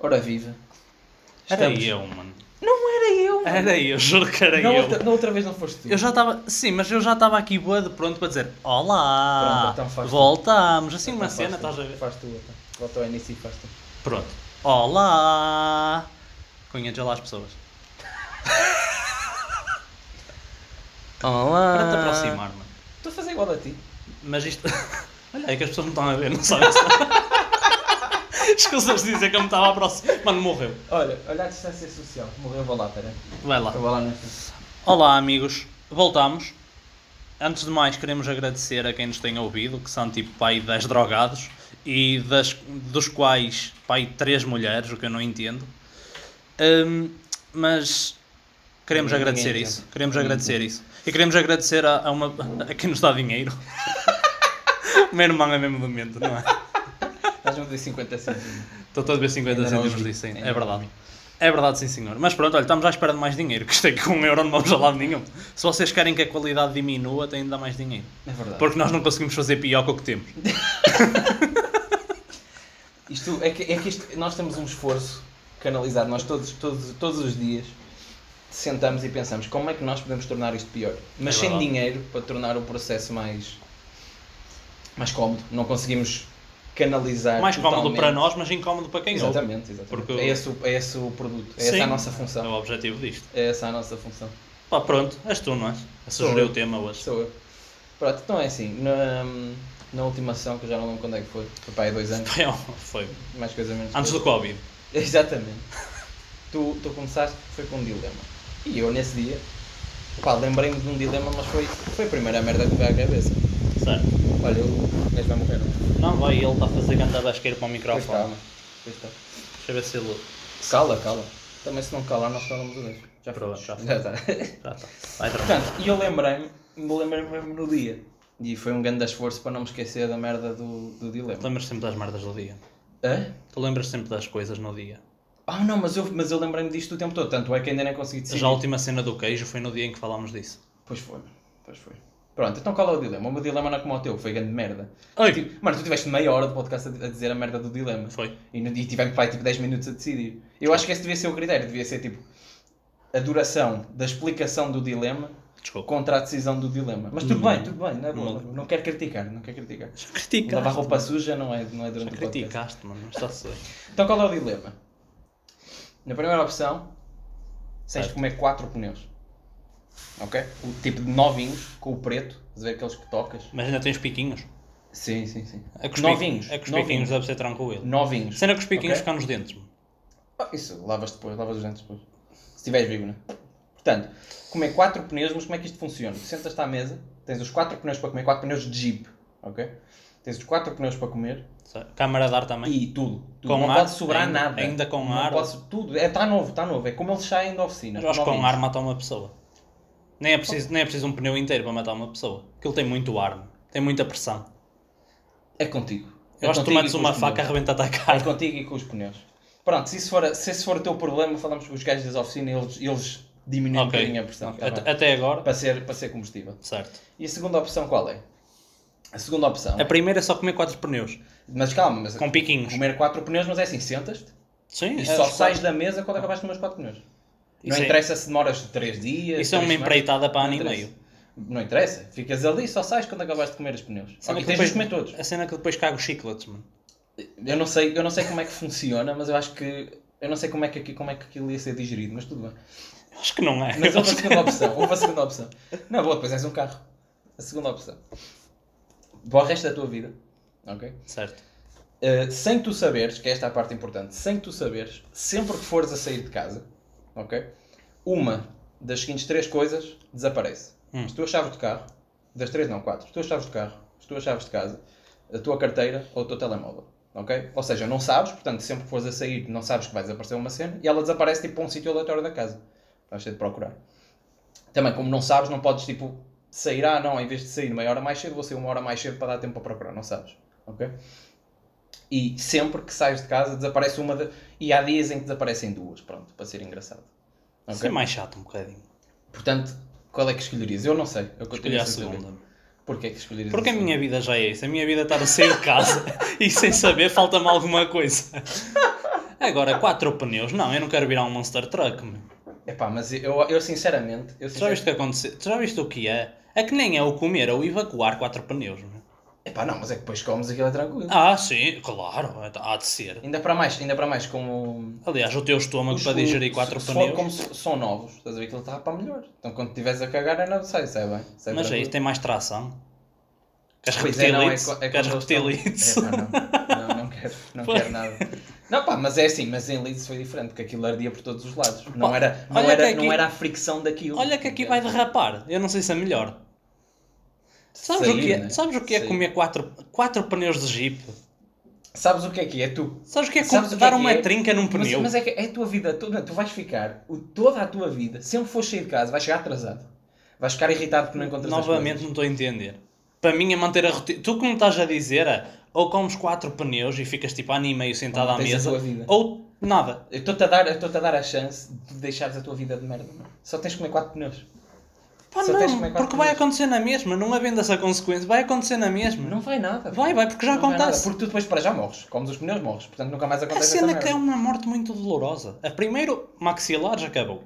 Ora viva. Era Estamos. eu, mano. Não era eu. mano. Era eu, juro que era Na eu. outra, na outra vez não foste tu. Eu já estava. Sim, mas eu já estava aqui boa de pronto para dizer Pronto, Olá! então faz tu. voltamos! Assim Então uma faz cena, tu, estás a ver? Faz tu, então. Volta ao início e faz tu. Pronto. Olá! Conhedes lá as pessoas. Olá. Para te aproximar, mano. Estou a fazer igual a ti. Mas isto. Olha, é que as pessoas me estão a ver, não sabem se. Escusas de dizer que eu me estava a aproximar. Mano, morreu. Olha, olha a distância social. Morreu, vou lá, pera. Vai lá. Eu vou lá na frente. Olá, amigos. Voltamos. Antes de mais, queremos agradecer a quem nos tem ouvido, que são tipo pai 10 drogados e das, dos quais pai 3 mulheres, o que eu não entendo. Hum, mas queremos Ninguém agradecer entende. isso. Queremos agradecer isso. E queremos agradecer a, a uma, a quem nos dá dinheiro. o meu irmão é mesmo demente, não é? Estás a dizer 50 cêntimos. Estou todo a ver 50 Ainda não cêntimos vi, disso, sim. ainda É não verdade. vi. É verdade, sim, senhor. Mas pronto, olha, estamos à espera de mais dinheiro. Que isto é que com um euro não vamos a lado nenhum. Se vocês querem que a qualidade diminua, têm de dar mais dinheiro. É verdade. Porque nós não conseguimos fazer pior que o que temos. Isto é que, é que isto, nós temos um esforço canalizado. Nós todos, todos, todos os dias sentamos e pensamos como é que nós podemos tornar isto pior. Mas É sem verdade. dinheiro para tornar o processo mais, mais cómodo. Não conseguimos canalizar. Mais cómodo É, totalmente. para nós, mas incómodo para quem ouve. Exatamente, exatamente. Porque o- É, esse, o- é esse o produto. É Sim. essa a nossa É função. o objetivo disto. É essa a nossa função. Pá, pronto, és tu, não és? Eu sugeri eu. o tema hoje. Sou eu. Pronto, então é assim. Na, na última sessão, que eu já não lembro quando é que foi, foi para aí dois anos, Foi, um, foi. mais coisa menos. Antes coisa. do Covid. Exatamente. tu, tu começaste, foi com um dilema. E eu, nesse dia, pá, lembrei-me de um dilema, mas foi, foi a primeira merda que me veio à cabeça. Certo. Olha, o gajo vai morrer. não? é? Não, vai, ele está a fazer canta basqueiro para o Pois tá. calma. microfone. Pois tá. Deixa eu ver se ele. Cala, cala. Também se não calar, nós falamos o gajo. Já Pronto, já foi. Já tá. está. Já está. Tá, Vai, tranquilo. Portanto, e eu lembrei-me, lembrei-me mesmo no dia. E foi um grande esforço para não me esquecer da merda do, do dilema. Lembras sempre das merdas do dia. Hã? Tu lembras sempre das coisas no dia. Ah, não, mas eu, mas eu lembrei-me disto o tempo todo. Tanto é que ainda nem consegui decidir. Já a última cena do queijo foi no dia em que falámos disso. Pois foi, pois foi. Pronto, então qual é o dilema? O meu dilema não é como o teu, foi grande merda. Oi. Tipo, mano, tu tiveste meia hora de podcast a, a dizer a merda do dilema. Foi. E, no, e tivemos pai, tipo 10 minutos a decidir. Eu acho que esse devia ser o critério, devia ser tipo a duração da explicação do dilema Desculpa. contra a decisão do dilema. Mas tudo bem, tudo bem, não é bom. Não, não quero criticar, não quero criticar. Já criticaste. Lavar roupa suja não é, não é Já durante o podcast. criticaste, mano. Está certo. Então qual é o dilema? Na primeira opção, tens de Certo. comer 4 pneus. Ok? O tipo de novinhos, com o preto, estás a ver aqueles que tocas. Mas ainda tens piquinhos. Sim, sim, sim. É que os novinhos. piqui- É que os piquinhos novinhos. deve ser tranquilo. Novinhos. Cena que os piquinhos Ok? ficam nos dentes. mano. Ah, Isso, lavas depois, lavas os dentes depois. Se estiveres vivo, né? Portanto, comer 4 pneus, mas como é que isto funciona? Tu sentas-te à mesa, tens os 4 pneus para comer, 4 pneus de jeep, ok? Tens os 4 pneus para comer Certo. Câmara de ar também. e tudo. tudo. Com não ar, pode sobrar ainda- nada. ainda com não ar. Pode, tudo. Está novo, está novo. É como eles saem da oficina. Mas eu acho que com novinhos. ar mata uma pessoa. Nem é, preciso, nem é preciso um pneu inteiro para matar uma pessoa. Aquilo tem muito ar, mano. tem muita pressão. É contigo. Eu é acho que contigo tu e metes com uma os faca e pneus. arrebenta-te a É cara. contigo e com os pneus. Pronto, se isso for, se esse for o teu problema, falamos com os gajos das oficinas eles, eles diminuem um Ok. Então, bocadinho é- a pressão. tá Até bem? até agora. para, ser, para ser combustível. Certo. E a segunda opção qual é? A segunda opção. A primeira é só comer quatro pneus. Mas calma, mas Com piquinhos. comer quatro pneus, mas é assim, sentas-te Sim, e é só os sais da mesa quando acabaste de comer os quatro pneus. Não Isso é- interessa se demoras três dias. Isso é três uma semanas. empreitada para ano e Não meio. interessa. Não interessa. Ficas ali e só sais quando acabaste de comer os pneus. Só Cena que tens que de depois- os comer todos. A cena que depois caga os chicletes, mano. Eu não sei, eu não sei como é que funciona, mas eu acho que eu não sei como é que aqui- como é que aquilo ia ser digerido, mas tudo bem. Acho que não é. Mas houve a segunda opção, houve a segunda opção. Não, boa, depois és um carro. A segunda opção. Para o resto da tua vida, ok? Certo. Uh, sem tu saberes, que esta é a parte importante, sem tu saberes, sempre que fores a sair de casa, ok? Uma das seguintes três coisas desaparece. Hum. As tuas chaves de carro, das três não, quatro, as tuas chaves de carro, as tuas chaves de casa, a tua carteira ou o teu telemóvel, ok? Ou seja, não sabes, portanto, sempre que fores a sair, não sabes que vai desaparecer uma cena e ela desaparece tipo para um sítio aleatório da casa. Vais ter de procurar. Também, como não sabes, não podes tipo sair, ah não, em vez de sair meia hora mais cedo, vou sair uma hora mais cedo para dar tempo para procurar, não sabes, ok? E sempre que sais de casa desaparece uma de... e há dias em que desaparecem duas, pronto, para ser engraçado. ok? Isso é mais chato um bocadinho. Portanto, qual é que escolherias? Eu não sei. Eu Escolher continuo a sem saber. segunda. Porquê é que escolherias Porque a segunda? minha vida já é isso. A minha vida é estar a sair de casa e sem saber falta-me alguma coisa. Agora, quatro pneus. Não, eu não quero virar um Monster Truck, meu. Epá, mas eu, eu sinceramente. Eu Tu já sinceramente viste o que aconteceu? Tu já viste o que é? É que nem é o comer, é o evacuar quatro pneus, meu. Epá, não, mas é que depois comes aquilo é tranquilo. Ah, sim, claro, é- há de ser. Ainda para mais, ainda para mais como. Aliás, o teu estômago os- para digerir se- quatro se for- pneus. Como so- são novos, estás a ver aquilo está para melhor. Então quando estiveres a cagar, é não sei, sai bem. sai Mas tranquilo. aí tem mais tração. Queres Pois é, repetir não, leads? co- Queres quando eles repetir leads? estão- É, pá, não, não, não quero, não Pois. quero nada. Não, pá, mas é assim, mas em Leeds foi diferente, porque aquilo ardia por todos os lados. Não Pá, era, não olha era, que aqui- não era a fricção daquilo. Olha que aqui vai derrapar. Eu não sei se é melhor. Sabes, o, Sair, que é, né? sabes o que é Sair. comer quatro, quatro pneus de jeep? Sabes o que é que é? Tu Sabes o que é Sabes com- o que é dar que uma é? trinca num Mas, pneu? mas é que é a tua vida toda, tu vais ficar, o- toda a tua vida, sempre for sair de casa, vais chegar atrasado. Vais ficar irritado porque não encontras as Novamente coisas. não estou a entender. Para mim é manter a rotina. Tu que me estás a dizer é ou comes quatro pneus e ficas tipo ano e meio sentado à Ah, Tens a mesa tua vida. ou nada. Eu estou-te a, dar- eu estou-te a dar a chance de deixares a tua vida de merda, mano. Só tens de comer quatro pneus. Pá, Só tens de não, comer quatro porque vai pneus. acontecer na mesma. Não havendo essa consequência, vai acontecer na mesma. Não vai nada. Hum. Vai, vai, porque já Não vai nada, acontece. Porque tu depois para já morres. Comes os pneus, morres. Portanto nunca mais A acontece essa cena merda. que é uma morte muito dolorosa. A primeiro maxilar já acabou.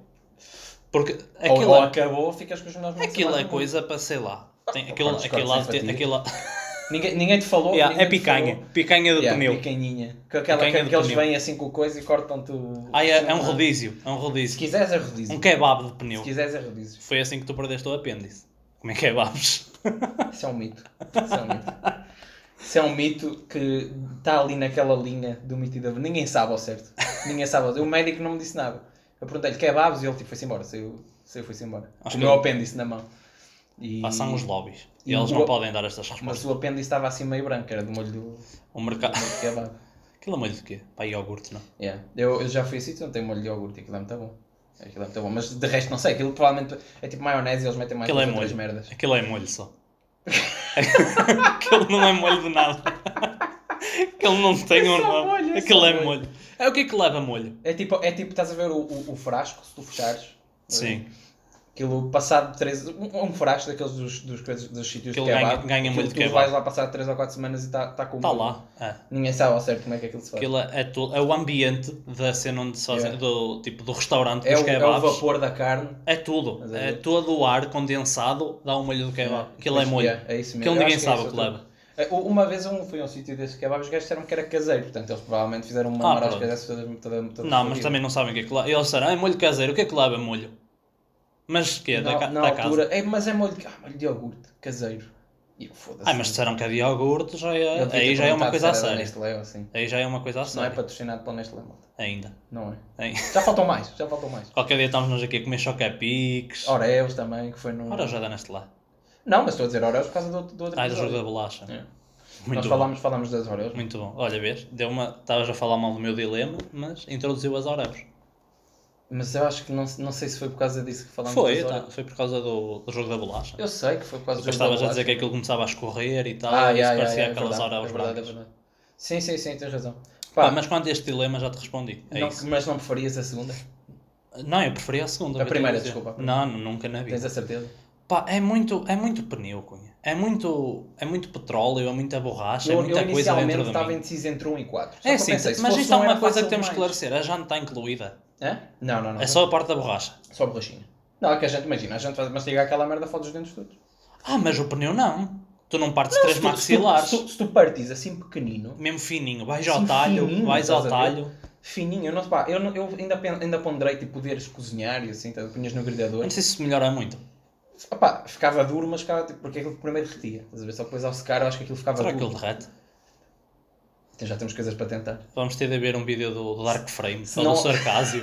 Porque Ou, aquilo, ou é- acabou ou ficas com os pneus mortos. aquilo é Mas- coisa para sei lá. Tem, Ah, aquilo, cortes, aquilo, cortes há de em ter- fatias. aquilo há- Ninguém, ninguém te falou. Yeah, ninguém é te picanha. falou. Picanha de Yeah, pneu. Picanhinha. Com aquela Picanha que, de que eles pneu. vêm assim com o coisa e cortam-te o. Ah, é, é um cima. rodízio. É um Se rodízio. quiseres, é rodízio. Um kebab de pneu. Se quiseres, é rodízio. Foi assim que tu perdeste o apêndice. Como é que é babes? Isso é um mito. Isso é um mito. Isso é um mito que está ali naquela linha do mito e da... Ninguém sabe ao certo. Ninguém sabe ao certo. O médico não me disse nada. Eu perguntei-lhe kebabs e ele tipo, foi-se embora. Saiu, saiu foi-se embora. Acho o que meu eu- apêndice na mão. E... Passam os lobbies. E E eles o- não podem dar estas Mas respostas. o apêndice estava assim meio branco. Era do molho do, do O mercado. molho de kebab. Aquilo é molho de quê? Para iogurte, não? Yeah. Eu, eu já fui a sítios onde tem molho de iogurte. Aquilo é muito bom. Aquilo é muito bom. Mas de resto não sei. Aquilo provavelmente é tipo maionese e eles metem mais Aquilo é duas ou três molho. merdas. Aquilo é molho só. Aquilo não é molho de nada. Aquilo não tem É um só nome. molho, é Aquilo só é molho. molho. É o que é que leva molho? É tipo, é tipo estás a ver o, o, o frasco, se tu fechares. é? Sim. Aquilo passado 3, um, um frasco daqueles dos, dos, coisas- dos sítios Aquilo de kebab. ganha- ganha aquilo molho de tu kebab. vais lá passar 3 ou 4 semanas e está tá com Está molho. lá. É. Ninguém sabe ao certo como é que aquilo se faz. Aquilo é, tu- é o ambiente da cena onde se fazem, Yeah. do, tipo, do restaurante É dos o, é o kebabs. vapor da carne. É tudo. Mas é É bom. todo o ar condensado dá um molho do kebab. Aquilo é Mas, molho. yeah, é isso mesmo. Aquilo Eu ninguém acho sabe isso o que leva. É, u- Uma vez eu fui a um sítio desses kebabs, os gajos disseram que era caseiro, portanto eles provavelmente fizeram uma Ah, marasca pronto. dessas toda, toda, toda a Não, sua mas vida. também não sabem o que é que leva. Eles disseram, ah, é molho caseiro, o que é que leva molho? Mas que é da, na, ca- na da altura, casa. é, mas é molho, de- ah, molho de iogurte, caseiro. E eu foda-se. Ah, mas disseram que é de iogurte, já Eu é, tipo, devia aí ter já é perguntado uma coisa a se era da sério. Nestlé ou assim. Aí já é uma coisa a Não é sério. patrocinado pela Nestlé, malta. Ainda. Não é? Hein? Já faltam mais, já faltam mais. Qualquer dia estamos nós aqui a comer chocapiques. Oreos também, que foi no. Ora, já dá Nestlé. Não, mas estou a dizer Oreos por causa do, do outro Ah, do jogo episódio. da bolacha. É. Nós Muito bom. falámos, falámos das Oreos. Muito bom. Olha, vês? Deu uma... Estavas a falar mal do meu dilema, mas introduziu as Oreos. Mas eu acho que não, não sei se foi por causa disso que falámos Foi, das tá, Oreos. foi por causa do, do jogo da bolacha. Eu sei que foi por causa Tu estavas a dizer que aquilo comemeçava a escorrer e tal, Ah, e yeah, isso yeah, parecia yeah, é aquelas verdade, Oreos é verdade, é brancas. verdade. Sim, sim, sim, tens razão. Pá, Pá, mas quanto a este dilema já te respondi. É não- isso. mas não preferias a segunda? Não, eu preferia a segunda. A vou-te primeira, dizer. desculpa. Não, não, nunca na Tens vida. a certeza? Pá, é muito, é muito pneu, Cunha. É muito, é muito petróleo, é muita borracha, é eu, muita eu coisa inicialmente dentro de estava mim. indeciso entre 1 e 4. É sim, mas isto é um uma coisa que temos que esclarecer. A janta está incluída. Não, não, não. É só a parte da borracha. Só borrachinha. Não, é que a gente imagina, a gente vai mastigar aquela merda fora dos dentes todos. Ah, mas o pneu não. Tu não partes três Se tu- maxilares. Se tu, se tu partires assim pequenino, Mesmo fininho. Vais ao Sim, talho, fininho, vais ao estás a ver? talho. fininho, eu, não, pá, eu, não- eu ainda, pen- ainda ponderei tipo, poderes cozinhar e assim, tá, punhas no Eu grelhador. não sei se isso melhora muito. Opá, ficava duro, mas ficava tipo, porque aquilo primeiro retia. Estás a ver? Só depois ao secar eu acho que aquilo ficava Será que ele duro. derrete? Então já temos coisas para tentar. Vamos ter de ver um vídeo do, do Dark Frame, Se ou não- do Sarcásio.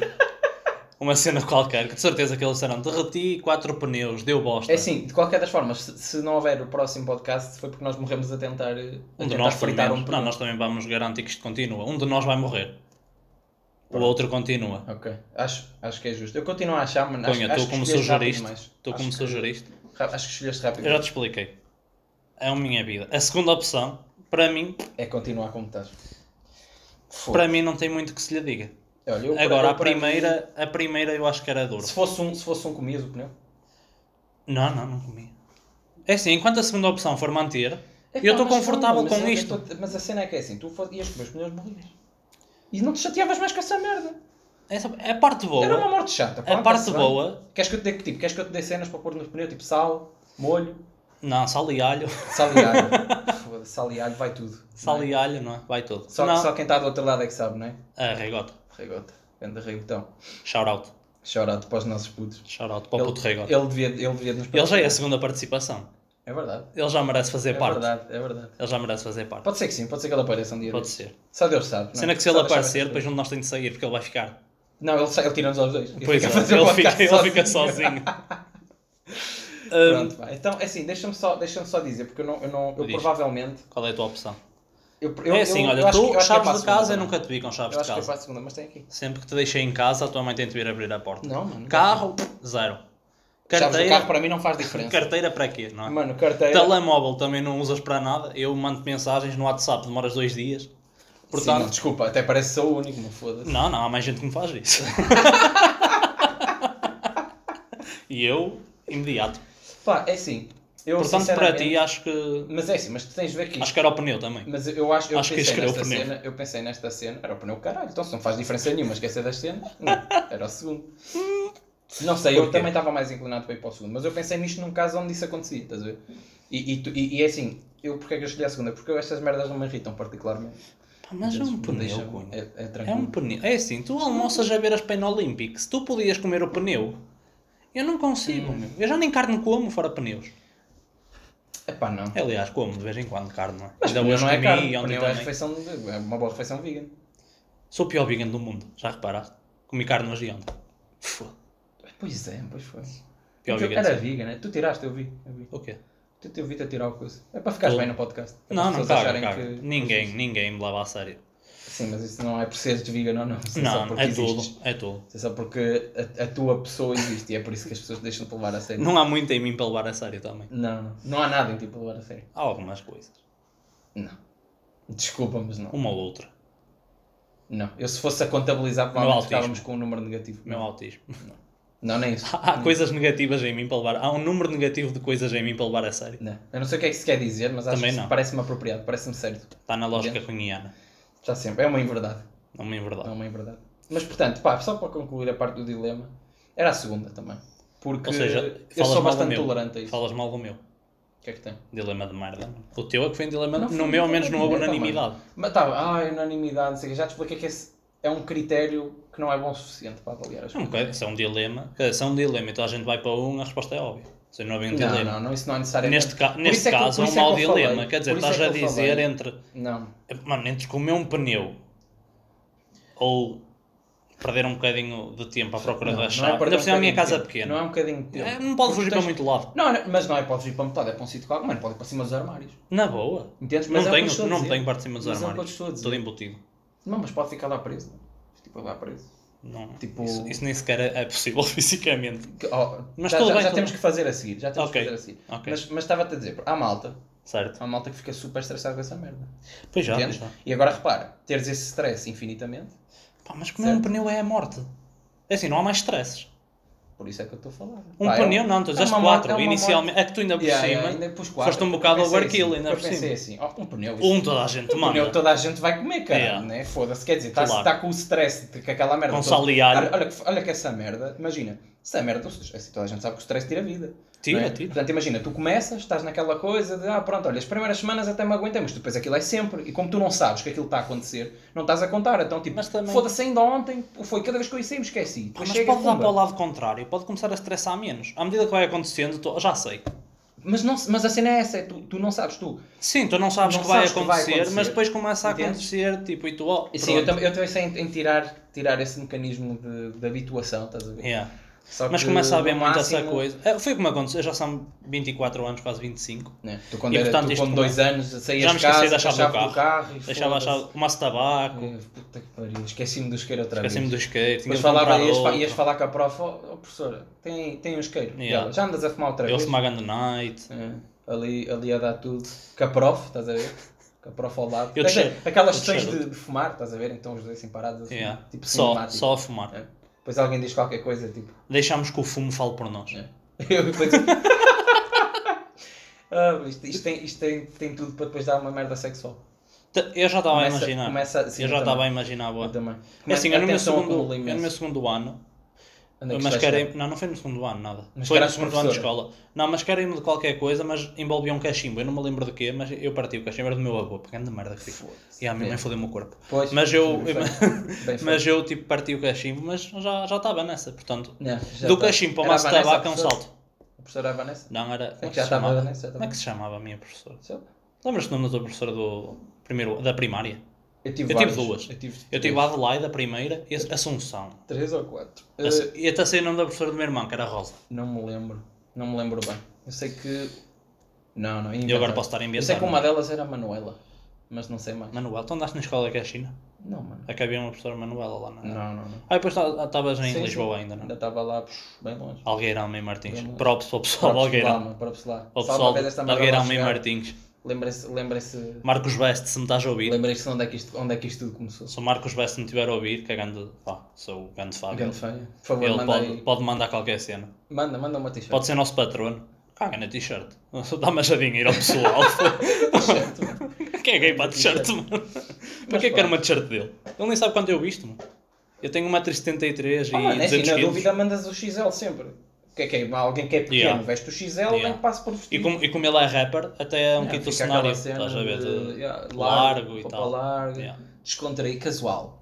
Uma cena qualquer, que de certeza que eles disseram derreti quatro pneus, deu bosta. É assim, de qualquer das formas, se, se não houver o próximo podcast, foi porque nós morremos a tentar, eh, a um de tentar nós pelo menos. um Não, nós também vamos garantir que isto continua. Um de nós vai morrer. O Pronto. outro continua. Ok, acho, acho que é justo. Eu continuo a achar, mas acho, Cunha, acho tu que como escolheste rápido sugeriste, demais. tu acho, como que- sugeriste, ra- acho que escolheste rápido. eu já te expliquei. É a minha vida. A segunda opção, para mim, É continuar como estás. para mim não tem muito que se lhe diga. Olha, eu- Agora, eu- a para mim, primeira, a primeira eu acho que era dura. se, fosse um, se fosse um comias o pneu. Não, não, não comi. É assim, enquanto a segunda opção for manter, É eu pá, estou mas calma, confortável mas com eu- eu isto. tô- mas a cena é que é assim: tu fo- ias comer os pneus morrias. E não te chateavas mais com essa merda. Essa é a parte boa. Era uma morte chata. A pronto, parte está-se bem. boa. Queres que eu te dê, tipo, queres que eu te dê cenas para pôr no pneu, tipo sal, molho, Não, sal e alho. sal e alho. Foda-se, sal e alho vai tudo. Sal não é? e alho, não é? Vai tudo. Só, não. só quem está do outro lado é que sabe, não é? Ah, Regota. Rigota. Anda rigotão. Shout out. Chorado para os nossos putos. Shout out para o puto Regota. ele devia, ele devia nos Ele já é a segunda participação. É verdade. Ele já merece fazer É parte. verdade, é verdade. Ele já merece fazer parte. Pode ser que sim, pode ser que ele apareça um dia. Pode desses. ser. Só Deus sabe. não é? Cena que se Só ele Deus sabe aparecer, essas depois coisas. um de nós tem de sair, porque ele vai ficar. Não, ele, sa- ele tira-nos aos dois. Ele Pois fica é, a fazer o ele podcast fica, ele fica sozinho. Hum, Pronto, vai. Então, é assim, deixa-me só, deixa só dizer, porque eu não, eu não, eu Diz. provavelmente... qual é a tua opção? Eu, eu, é assim, eu- olha, eu acho que- eu tu acho que é chaves para a de casa, eu segunda, nunca te vi com chaves Eu de acho que é casa. para a segunda, mas tem aqui. Sempre que te deixei em casa, a tua mãe tem de vir abrir a porta. Não, mano. Carro, Chaves zero. do carro Carteira, para mim não faz diferença. carteira para quê, não é? Mano, carteira... Telemóvel também não usas para nada. Eu mando mensagens no WhatsApp, demoras dois dias. Sim, não, Portanto, desculpa, até parece que sou o único, me foda-se. não, não, há mais gente que me faz isso. e eu, imediato. Pá, é assim, eu Portanto, para ti, sinceramente- acho que. Mas é assim, mas tu tens de ver que Acho que era o pneu também. Mas eu acho, eu Acho que pensei escreveu nesta o pneu. cena, eu pensei nesta cena, era o pneu caralho, então se não faz diferença nenhuma, esquecer das cenas, não, era o segundo. Não sei, eu Porquê? também estava mais inclinado para ir para o segundo, mas eu pensei nisto num caso onde isso acontecia, estás a ver? E, e, tu- e, e é assim, eu porque é que eu escolhi a segunda? Porque eu, estas merdas não me irritam particularmente. Pá, mas é Entendes? um Não pneu, deixa- Cunha. é, é É tranquilo. um pneu. É assim, tu almoças a ver as Pain Olympics. Tu podias comer o pneu. Eu não consigo, Hum. meu. Eu já nem carne como fora pneus. Epá, não. Aliás, como de vez em quando carne, é não é? Mas Ainda pneu hoje não é comi, carne, ontem pneu é, também. refeição, é uma boa refeição vegan. Sou o pior vegan do mundo, já reparaste? Comi carne hoje e ontem. Foda. Pois é, pois foi. Pior Tu- vegan era de vegan, né? tu tiraste, eu vi. Eu vi. O quê? Tu te ouvi a tirar o coisa. É para ficares Tô. bem no podcast. É Não, para não as pessoas cago, acharem cago. que- Ninguém, ninguém me leva a sério. Sim, mas isso não é por seres vegan ou não. Isso Não, é tudo, existes. é tudo. Isso é só porque a, a tua pessoa existe e é por isso que as pessoas deixam de levar a sério. Não há muito em mim para levar a sério também. Não, não, não há nada em ti para levar a sério. Há algumas coisas. Não. Desculpa, mas não. Uma ou outra. Não. Eu se fosse a contabilizar, provavelmente autismo. ficávamos com um número negativo. Meu autismo. Não, nem isso. Há há coisas negativas em mim para levar. Há um número negativo de coisas em mim para levar a sério. Não. Eu não sei o que é que se quer dizer, mas acho Também que não. isso parece-me apropriado, parece-me certo. Está na lógica cunhiana. Está sempre. É uma inverdade. Não me É verdade. uma inverdade. Mas portanto, pá, só para concluir a parte do dilema, era a segunda também. Porque Ou seja, eu sou falas mal do bastante meu. tolerante a isso. Falas mal do meu. O que é que tem? Dilema de merda. O teu é que foi um dilema. Não no foi meu, ao um menos, não houve dilema, unanimidade. Mas tá, ah, unanimidade, não sei o que. Já te expliquei que esse é um critério que não é bom o suficiente para avaliar as É um bocado- Isso é um dilema. Quer dizer, Isso é um dilema. Então a gente vai para um, a resposta é óbvia. Se não houve um Não, dilema. não, não, isso não é necessário. Neste, ca- Por neste isso é que- caso por é um isso é que mau eu falei. dilema. Quer dizer, Por isso é estás a que eu dizer falei. entre. Não, Mano, entre comer um pneu ou perder um bocadinho de tempo à procura não, da não é chave. para Ainda por cima a minha bocadinho de casa é tempo. Não é um pequena. bocadinho de tempo. É, Não pode fugir Tens- para muito lado. Não, não, mas não é para fugir para metade, é para um sítio qualquer, mano, pode ir para cima dos armários. Na boa. Entendes? Mas é Não o que eu tenho, estou a não dizer. tenho parte de cima dos Mas é o que eu armários. estou a dizer. Todo embutido. Não, mas pode ficar lá preso. Tipo, lá preso. Não, Tipo- isso, isso nem sequer é é possível fisicamente. Que- oh, Mas já, tudo já- bem, já tudo temos bem. que fazer a seguir, já temos Ok, que fazer a seguir. ok. Mas, mas estava-te a dizer, há malta, Certo. há malta que fica super estressada com essa merda. Pois já, pois Entendes? já. E agora repara, teres esse stress infinitamente, Pá, mas comer um pneu é a morte. É assim, não há mais stresses. por isso é que eu estou a falar. Um Pá, é pneu, não, tu é dizes uma moto- quatro. é uma Inicialmente, é que tu ainda por Yeah, cima. yeah, ainda pus quatro. foste um Eu bocado pensei overkill, assim, ainda eu por cima. pensei assim, ó, um pneu. isso- Um toda a gente um pneu manda. toda a gente vai comer, cara, Yeah. né? Foda-se, quer dizer, está Claro. com o stress de que aquela merda. Com toda- sal e alho. Olha- Olha, que- olha que essa merda, imagina, essa merda, ou seja, assim, toda a gente sabe que o stress tira a vida. Tira, não é? tira. Portanto, imagina, tu começas, estás naquela coisa de, ah, pronto, olha, as primeiras semanas até me aguentei, mas depois aquilo é sempre. E como tu não sabes que aquilo está a acontecer, não estás a contar. Então, tipo, Mas também- foda-se, ainda ontem, foi cada vez que eu ia sair, me esqueci. Pá, Depois mas chega, pode dar pumba. para o lado contrário, pode começar a estressar menos. À medida que vai acontecendo, tu- já sei. mas, não, se- mas a cena é essa, é tu, tu não sabes, tu. Sim, tu não sabes, Não que, vai sabes que vai acontecer, acontecer. mas depois começa a Entendes? acontecer, tipo, e tu, oh, E Sim, eu, pronto. tam- eu também sei em, em tirar, tirar esse mecanismo de, de habituação, estás a ver? Yeah. Só É. Mas que, começa a haver no muito essa máximo, coisa. É, Foi como aconteceu, já são 24 anos, quase 25. né? Tu quando, E, era, portanto, tu, isto com dois anos saías Já me de casa, esqueci da com a chave do chave do carro. carro e Deixava a foda-se. chave, um maço de tabaco, Eh, Puta que pariu, esqueci-me do isqueiro outra esqueci-me vez. do isqueiro, tinha Depois de falava, comprar ias, fa- outro. ias falar com a prof, oh, oh, professora, tem, tem um isqueiro. E Yeah. ela, já andas a fumar outra Eu vez? fumava Ganda Night. É, ali, ali a dar tudo. Com a prof, estás a ver? Com a prof ao lado. Eu Quer dizer, cheiro. Aquelas Eu sessões cheiro. de, de fumar, estás a ver? Então os dois assim parados, assim, Yeah. tipo só, cinemático. só a fumar. É. Depois alguém diz qualquer coisa, tipo... Deixámos que o fumo fale por nós. É. Eu depois- Ah, isto isto, tem, isto tem, tem tudo para depois dar uma merda sexual. Te- Eu já estava a Começa- imaginar. começa- sim, eu eu já também. estava a imaginar, boa. Eu também. É assim, eu no, meu Atenção ao segundo, acúmulo eu no meu imenso. segundo ano, Onde é que mas estás, querem. Não, não foi no segundo ano, nada. Mas foi no queres segundo ano de professora? escola. Não, mas querem-me de qualquer coisa, mas envolvia um cachimbo. Eu não me lembro de quê, mas eu parti o cachimbo, era do meu avô, pegando de merda que fico. Foda-se. E a minha É. mãe fodeu-me o corpo. Pois, mas eu. bem feito. Bem mas feito. eu, tipo, parti o cachimbo, mas já já estava nessa, portanto. Não, já do está. cachimbo para o Era a maço de Vanessa, tabaco é um professora? salto. A professora Vanessa? Não, era. Como é que já se estava chamava? nessa Como é que também. se chamava a minha professora? Sei lá. Lembras-te do nome da tua professora do primeiro, da primária? Eu tive, Eu tive vários. duas. Eu tive, Eu tive a Adelaide, a primeira, e a Assunção. três ou quatro. Eh, Assu- E até sei o nome da professora do meu irmão, que era Rosa. não me lembro. Não me lembro bem. Eu sei que. Não, não. E inventei. eu agora posso estar a Eu sei inventar. que uma não é? delas era a Manuela. Mas não sei mais. Manuel, tu andaste na escola que é a China? Não, mano. É que havia uma professora Manuela lá na. Não, não, não. Ah, e depois tá- estavas em Sim, Lisboa sim. ainda, não? é? Ainda estava lá, pux, bem longe. Algueirão Almeida Martins. Bem longe. Props para o pessoal de Algueirão. Para pessoal. Ao pessoal de Algueirão Almeida Martins. Lembrem-se, lembrem-se, Marcos Best, se me estás a ouvir. lembrem-se onde, é que isto, onde é que isto tudo começou. Se o Marcos Best me tiver a ouvir, que é grande. Pá, sou o grande Fábio. Grande feia. Por favor, Ele manda pode, aí. Tá. pode mandar qualquer cena. Manda, manda uma t-shirt. Pode ser nosso patrono. Caga na t-shirt. Dá mais a dinheiro ao pessoal. Ah, Quem é gay Tá para a t-shirt, mano? Para que é que era uma t-shirt dele? Ele nem sabe quanto eu visto, mano. Eu tenho 1,73m Ah, mano, e é assim, 200 na quilos. dúvida mandas o XL sempre. Que é que é, alguém que é pequeno Yeah. veste o XL, Yeah. nem que passe por E vestir. como, e como ele é rapper, até é um Yeah, quinto fica cenário, aquela estás a ver? de, de- yeah, largo e roupa tal. larga, Yeah. descontraí, casual.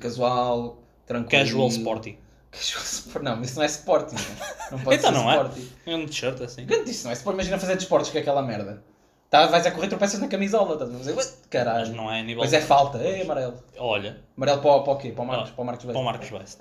Casual, tranquilo. Casual é sporty. Casual sport. Não, isso não é sporting. né? Não pode Então ser não é. sporting. É um t-shirt assim. Grande isso, não é? Se for, imagina fazer desportos com aquela merda. Tá, vais a correr, tropeças na camisola, estás a dizer, "Ué, Mas caralho. não é a nível. Mas é falta, é amarelo. Olha, Amarelo para, o- para o quê? Para o Marcos, Ah, para o Marcos para o Veste. Marcos Best.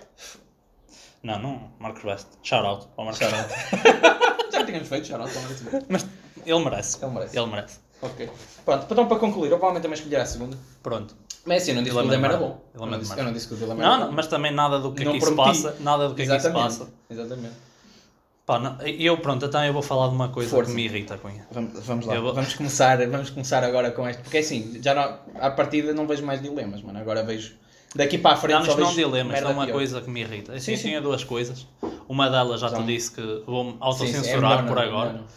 Não, não, Marcos Best. Shout out para o Marcos Best. Já tínhamos feito, já não, para o Marcos Veste. Mas ele merece. Ele merece. Ele merece. Ok. Pronto, então para concluir, eu provavelmente também escolher a segunda. Pronto. Mas assim, eu não disse que o Dilema dilema de era Marco. bom. Eu Dilema não de disse- Marco. eu não disse que o dilema era Não, bom. não, mas também nada do que Não aqui se prometi. passa. Nada do que aqui se Exatamente. passa. Exatamente. Pá, não, eu pronto, então eu vou falar de uma coisa Força. que me irrita, Cunha. Vamos, vamos lá, Eu vou- vamos, começar, vamos começar agora com este, porque assim, já não, à partida não vejo mais dilemas, mano, agora vejo, daqui para a frente Não, só isto vejo não é um dilema, isto merda é uma pior. coisa que me irrita. Sim, Assim, sim. tinha duas coisas. Uma delas já te São- disse que Sim, vou-me sim, é autocensurar menor, por não, agora. menor,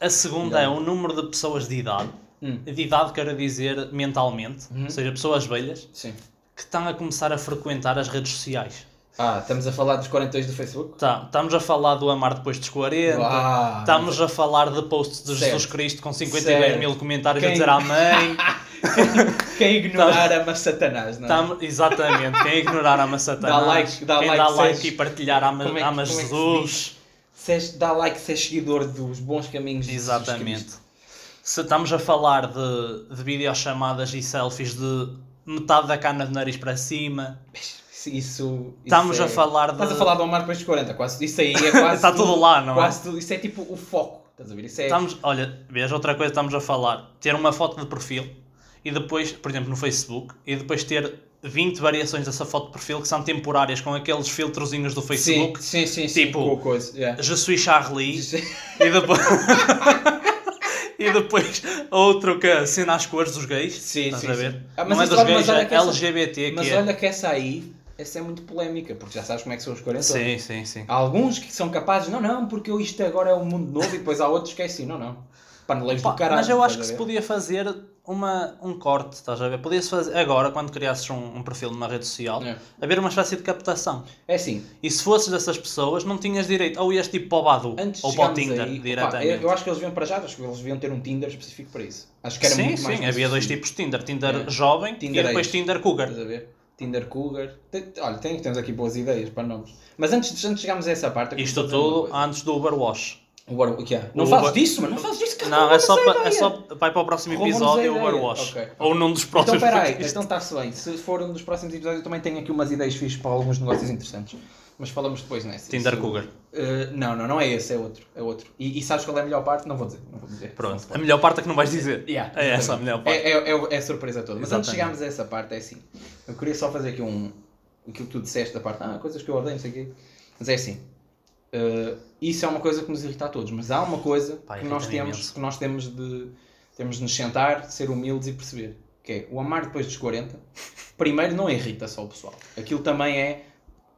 A segunda é o número de pessoas de idade. Hum. Uhum. De idade quero dizer mentalmente, ou seja, pessoas velhas, não. Sim. que estão a começar a frequentar as redes sociais. Ah, estamos a falar dos 42 do Facebook? Tá, estamos a falar do amar depois dos 40, Uau. estamos a falar de posts de Jesus Certo. Cristo com 52 mil Certo. comentários a Quem- dizer amém. Quem ignorar ama Satanás, não é? Tam- exatamente, quem ignorar ama Satanás, Dá like, dá quem like, dá like seja- e partilhar ama, Como é que- ama como é que se Jesus. Se és- dá like se és seguidor dos bons caminhos de Jesus Exatamente. Cristo. Se estamos a falar de, de videochamadas e selfies de metade da cana de nariz para cima, Isso, isso Estamos isso a falar de- Estás a falar do Omar depois dos 40, quase. Isso aí é quase. Está tudo lá, não é? quase tudo. Isso é tipo o foco. Estás a ver? Isso é. estamos, olha, veja outra coisa, que estamos a falar, ter uma foto de perfil e depois, por exemplo, no Facebook, e depois ter 20 variações dessa foto de perfil que são temporárias com aqueles filtrozinhos do sim, Facebook. sim, sim, sim. Tipo- com coisa. é. yeah. Je suis Charlie e depois e depois outro que assina as cores dos gays. Sim, estás sim, a ver? sim. Ah, mas não é isso dos olha- mas gays, olha é que essa- LGBT que Mas é. olha que essa aí. Essa é muito polémica, porque já sabes como é que são os 40. Sim, sim, sim. Há alguns que são capazes, não, não, porque isto agora é um mundo novo, e depois há outros que é assim, não, não. Paneleiros Pá, do caralho. mas eu acho que estás se a ver? podia fazer uma, um corte, estás a ver? Podia-se fazer agora, quando criasses um, um perfil numa rede social, É. haver uma espécie de captação. É assim, E se fosses dessas pessoas, não tinhas direito. Ou ias tipo para o Badu, antes ou de para chegarmos o Tinder, aí, opa, eu, diretamente. eu acho que eles deviam para já, acho que eles deviam ter um Tinder específico para isso. Acho que era sim, muito mais sim, havia dois específico, tipos de Tinder. Tinder É. jovem Tinder e depois age. Tinder cougar. Estás a ver? Tinder Cougar. Tem- olha, tem, temos aqui boas ideias para nomes. Mas antes, de- antes de chegarmos a essa parte, eu queria Isto dizer uma tudo coisa. antes do Overwatch. O Bar- o que é? Não O fazes Bar- disso, mano, não fazes disso, Então, cara. Não, é só, rouba-nos a pa, é ideia. só vai para o próximo Rouba-nos a episódio o é ideia. Overwatch. Ok. Ou num dos Então próximos. peraí, porque isto- então está-se bem. Se for um dos próximos episódios, eu também tenho aqui umas ideias fixas para alguns negócios interessantes. Mas falamos depois nessa. Tinder Isso- Cougar. Uh, não, não, não é esse, é outro. É outro. E, e sabes qual é a melhor parte? Não vou dizer. Não vou dizer. Pronto. A melhor parte é que não vais dizer. Yeah, é essa a exatamente. melhor parte. É, é, é- é a surpresa toda. Mas antes Exatamente. de chegarmos a essa parte, é assim. Eu queria só fazer aqui um. Aquilo que tu disseste da parte. Ah, coisas que eu odeio, não sei o quê. Mas é assim. uh, isso é uma coisa que nos irrita a todos. Mas há uma coisa Pá, que, nós irrita-me temos, imenso. que nós temos de. Temos de nos sentar, ser humildes e perceber. Que é o amar depois dos 40. Primeiro, não irrita só o pessoal. Aquilo também é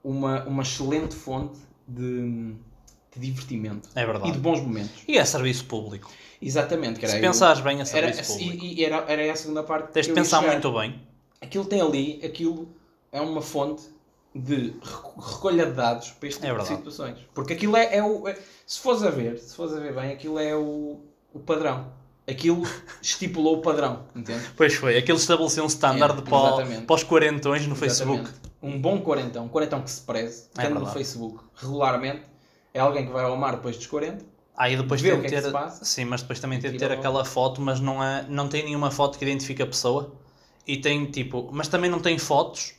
uma, uma excelente fonte de de divertimento É verdade. e de bons momentos. E é serviço público. Exatamente, que era Se aí pensares bem, é o- era, assim, serviço público. e, e era, era essa a segunda parte. Tens que de eu ia pensar chegar. muito bem. Aquilo tem ali, aquilo é uma fonte de reco- recolha de dados para este É tipo de verdade. situações. Porque aquilo é, é o. é- se fores a ver, se fores a ver bem, aquilo é o, o padrão. Aquilo estipulou o padrão, entende? Pois foi, aquilo estabeleceu um standard É, para, exatamente. para os quarentões no Exatamente. Facebook. Um bom quarentão, um quarentão que se preze, que É anda no verdade. Facebook regularmente, é alguém que vai ao mar depois dos 40. Aí depois Vê tem o que de é que ter. se passa. Sim, mas depois também tem de Tira ter logo. aquela foto, mas não, é, não tem nenhuma foto que identifique a pessoa. E tem tipo. Mas também não tem fotos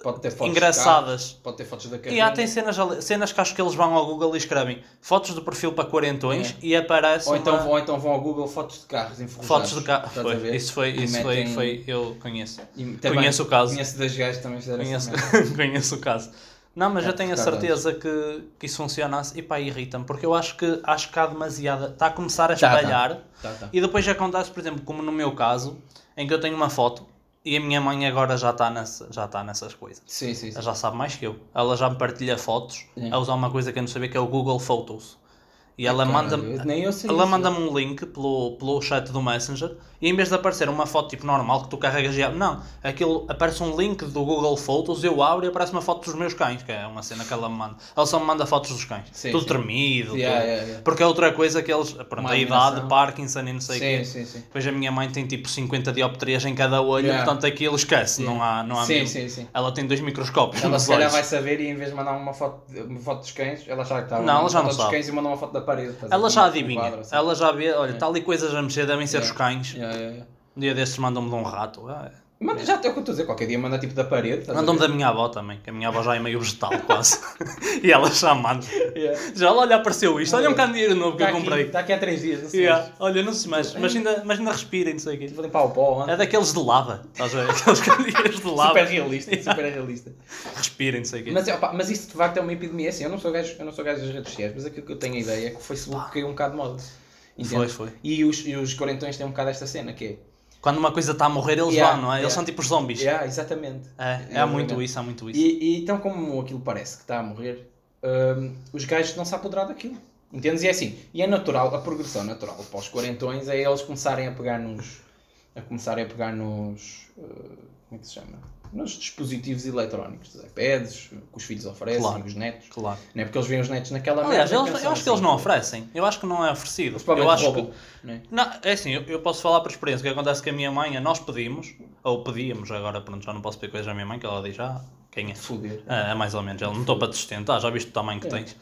Pode ter fotos de engraçadas. carros, né? pode ter fotos da E carrinha. há tem cenas, ali- cenas que acho que eles vão ao Google e escrevem fotos do perfil para quarentões É. e aparece ou, então, uma- ou então vão ao Google fotos de carros enferrujados. fotos de carro. Estás a ver? Foi, isso foi, E isso metem- foi, foi, eu conheço. e também conheço o caso. Conheço das gajas que também fizeram Conheço, essa merda. conheço o caso. Não, mas É, eu tenho a por causa certeza que, que isso funcionasse e pá, irrita-me, porque eu acho que acho que há demasiada. Está a começar a Tá, tá. espalhar Tá, tá. e depois já acontece, por exemplo, como no meu caso, em que eu tenho uma foto e a minha mãe agora já está nessa, já está nessas coisas. Sim, sim, sim. Ela já sabe mais que eu. Ela já me partilha fotos É. a usar uma coisa que eu não sabia que é o Google Photos. E ela Caralho, manda-me. eu- Nem eu sei. Ela isso. manda-me um link pelo, pelo chat do Messenger e em vez de aparecer uma foto tipo normal que tu carregas e ab- não, aquilo aparece um link do Google Photos, eu abro e aparece uma foto dos meus cães, que é uma cena que ela me manda. Ela só me manda fotos dos cães, Sim, tudo sim. tremido, Yeah, tudo. yeah, yeah. porque é outra coisa que eles, pronto, Uma a idade, iluminação. Parkinson e não sei o quê. Sim, sim, sim. Depois a minha mãe tem tipo 50 dioptrias em cada olho, Yeah. portanto aquilo esquece, não há, não há Sim, mil. sim, sim. Ela tem dois microscópios. Ela nos se calhar olhos. vai saber e em vez de mandar uma foto, de- uma foto dos cães, ela já que estava. Não, mandando ela já uma não foto dos sabe. cães e mandou uma foto da parede. estás a Ela ver? já Um adivinha, quadro, assim. É. ela já vê, olha, tal e coisas a mexer devem ser Yeah. dos cães. Yeah, yeah, yeah. Um dia destes mandam-me de um rato. ah, Manda, já tem o que eu estou a dizer, qualquer dia manda tipo da parede. estás a Mandam-me ver? da minha avó também, que a minha avó já é meio vegetal quase. e ela já manda. Yeah. Já olha, apareceu isto. Olha um Olha, candeeiro novo que Está É. Tá eu aqui, comprei. está aqui há três dias. não sei. Yeah. Olha, não se mexe, mas ainda, mas ainda respira e não sei o quê. Vou limpar o pó. É hein? daqueles de lava, estás a ver? Aqueles candeeiros de Super lava. realista, super realista. Respira e não sei o quê. Mas, opa, mas isso de facto é uma epidemia. Assim, eu, não sou gajo, eu não sou gajo das redes sociais, mas aquilo que eu tenho a ideia é que o Facebook caiu um bocado de moda. Entende? Foi, foi. E os, e os quarentões têm um bocado esta cena, que Quando uma coisa está a morrer, eles Yeah, vão, não é? Eles yeah. são tipo os é. zombies. Yeah, exatamente. É, é, há muito Exatamente. isso, há muito isso. E, e então, como aquilo parece que está a morrer, hum, os gajos não se apoderar daquilo. Entendes? E é assim. E é natural, a progressão natural para os quarentões é eles começarem a pegar nos. a começarem a pegar nos. uh, como é que se chama? Nos dispositivos eletrónicos, os iPads, que os filhos oferecem, Claro. os netos. Claro. Não é porque eles veem os netos naquela Aliás, merda e eles, eu pensam acho que eles não assim, oferecem. Eu acho que não é oferecido. Eles Eu provavelmente acho que roubam. não é? Não, é assim, eu, eu posso falar por experiência. O que acontece com a minha mãe é nós pedimos, ou pedíamos, agora pronto, já não posso pedir coisas à minha mãe, que ela diz, ah, quem é? Foder. Ah, é mais ou menos, ela não estou para te sustentar, já viste o tamanho que tens.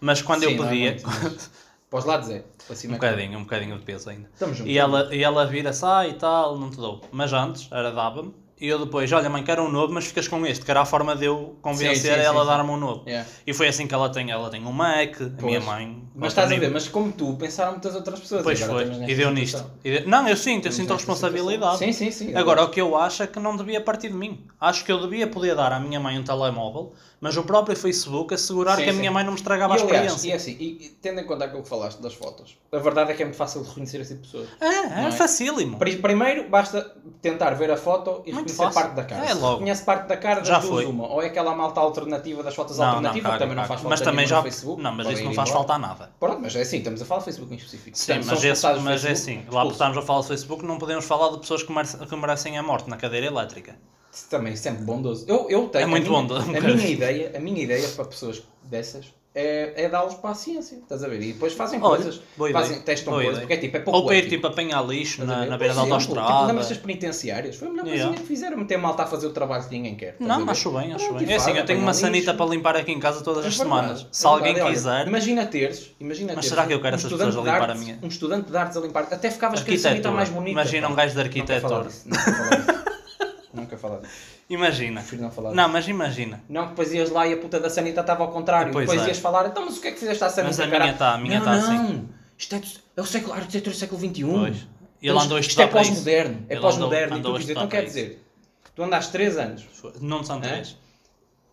Mas quando Sim, eu não é pedia, muito, mas- Para os lados é. Para um cima é. bocadinho, um bocadinho de peso ainda. Estamos juntos. E ela, e ela vira-se, ah e tal, não te dou. Mas antes, era dava-me, e eu depois, olha mãe, quero um novo, mas ficas com este, que era a forma de eu convencer Sim, sim, ela a sim, dar-me um novo. Yeah. E foi assim que ela tem, ela tem um Mac, a minha Pois. mãe... Mas outro estás a ver, nível. mas como tu, pensaram muitas outras pessoas. Pois agora foi, estamos e nesta deu situação. nisto. E deu- Não, eu sinto, eu Estamos sinto a nesta responsabilidade. situação. Sim, sim, sim. Agora, o que eu acho é que não devia partir de mim. Acho que eu devia poder dar à minha mãe um telemóvel, mas o próprio Facebook assegurar Sim, que a sim. minha mãe não me E, estragava a aliás, e experiência. é assim, e, e tendo em conta aquilo que falaste das fotos, a verdade é que é muito fácil de reconhecer esse pessoa. É, é, Não é? facílimo. Pri- Primeiro, basta tentar ver a foto e Muito reconhecer fácil. parte da cara. Se É logo. reconhece parte da cara, das Já duas foi. uma. Ou é aquela malta alternativa das fotos Não, não, alternativas, caga, que também não caga. faz falta Mas também nenhuma já. no Facebook. Não, mas podem isso não ir faz embora. falta a nada. Pronto, mas é assim, estamos a falar de Facebook em específico. Sim, Portanto, são mas, esse- expulsados do mas é Facebook, assim. Lá expulsos. estamos a falar do Facebook, não podemos falar de pessoas que mere- que merecem a morte na cadeira elétrica. Isso Também, sempre bondoso. Eu, eu tenho. É muito a minha, bondoso, um a, bocado. minha ideia, a minha ideia para pessoas dessas é, é dá-los para a ciência, estás a ver? E depois fazem Olha, coisas, boa ideia, fazem, testam boa coisas, ideia. porque é tipo, é pouco Ou para ir ético, tipo apanhar lixo estás a na, ver? na Por beira da exemplo, Tipo, autostrada. lembras das penitenciárias? Foi a melhor coisinha Yeah. que fizeram, meter malta a fazer o trabalho que ninguém quer. estás a Não, ver? acho bem, acho Pronto, bem. e É assim, fazem, eu tenho apanham uma sanita lixo. para limpar aqui em casa todas É as verdade, semanas. é Se alguém verdade. Olha, quiser. Imagina teres, imagina Mas teres um será que eu quero essas estudante pessoas a de limpar a artes- minha? Um estudante de artes a limpar. Até ficavas com a sanita Arquitetura. mais bonita. Imagina pá. um gajo de Não quero falar arquitetura. disso, não quero falar disso. Não quero falar disso. Imagina. Prefiro não falar Não, mas imagina. Não, que depois ias lá e a puta da sanita estava ao contrário. Pois depois é. ias falar, então mas o que é que fizeste à sanita, Mas a minha caralho?" está, a minha não, está não, assim. não. Isto é, do- é o século, a arquitetura do século XXI. Pois. E ele Então, andou a Isto é estudar para isso. pós-moderno. É Ele pós-moderno. andou- E tu andou a quer dizer, estudar então quer para isso. dizer, tu andaste 3 anos, Não É? são três.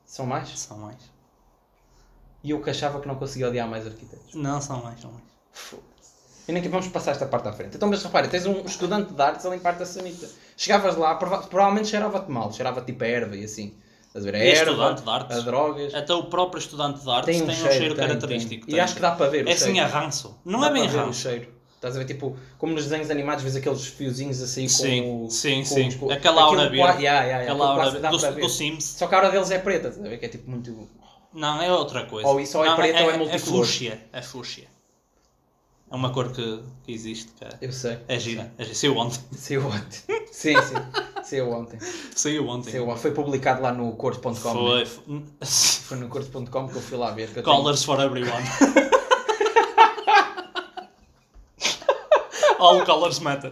são mais, São mais. e eu que achava que não conseguia odiar mais arquitetos. Não, são mais, são mais. E nem que vamos passar esta parte à frente. Então, mas repara, tens um estudante de artes a limpar-te a sanita. Chegavas lá, prova- provavelmente cheirava-te mal, cheirava tipo a erva e assim. Estás a ver? A E erva, É estudante de artes. a drogas. Até o próprio estudante de artes tem, um cheiro, tem, característico. tem. E tem. acho que dá para ver o É cheiro. assim a ranço. Não Dá é bem para ver o ranço. cheiro. Estás a ver, tipo, como nos desenhos animados, vês aqueles fiozinhos assim com Sim, o... sim, com sim. os co- Aquela aura aquilo verde. qua- Yeah, yeah, yeah. Aquela Aquilo aura quase dá para do, ver. do Sims. Só que a aura deles é preta, estás a ver? Que é tipo muito... Não, é outra coisa. Ou isso ou é Não, preto ou é É multicolor. fúcsia. É fúcsia. É uma cor que, que existe, cara. Eu sei. É gira. É gira. Saiu ontem. Saiu ontem. sim, sim. Saiu ontem. Saiu ontem. Saiu ontem. Foi publicado lá no cores.com. né? Foi. é? foi- Foi no cores.com que eu fui lá ver. Que eu tenho- Colors for everyone. All colors matter.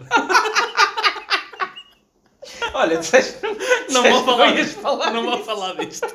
Olha, disseste... Não disseste vou que falar não ias disto. falar Não vou falar disto.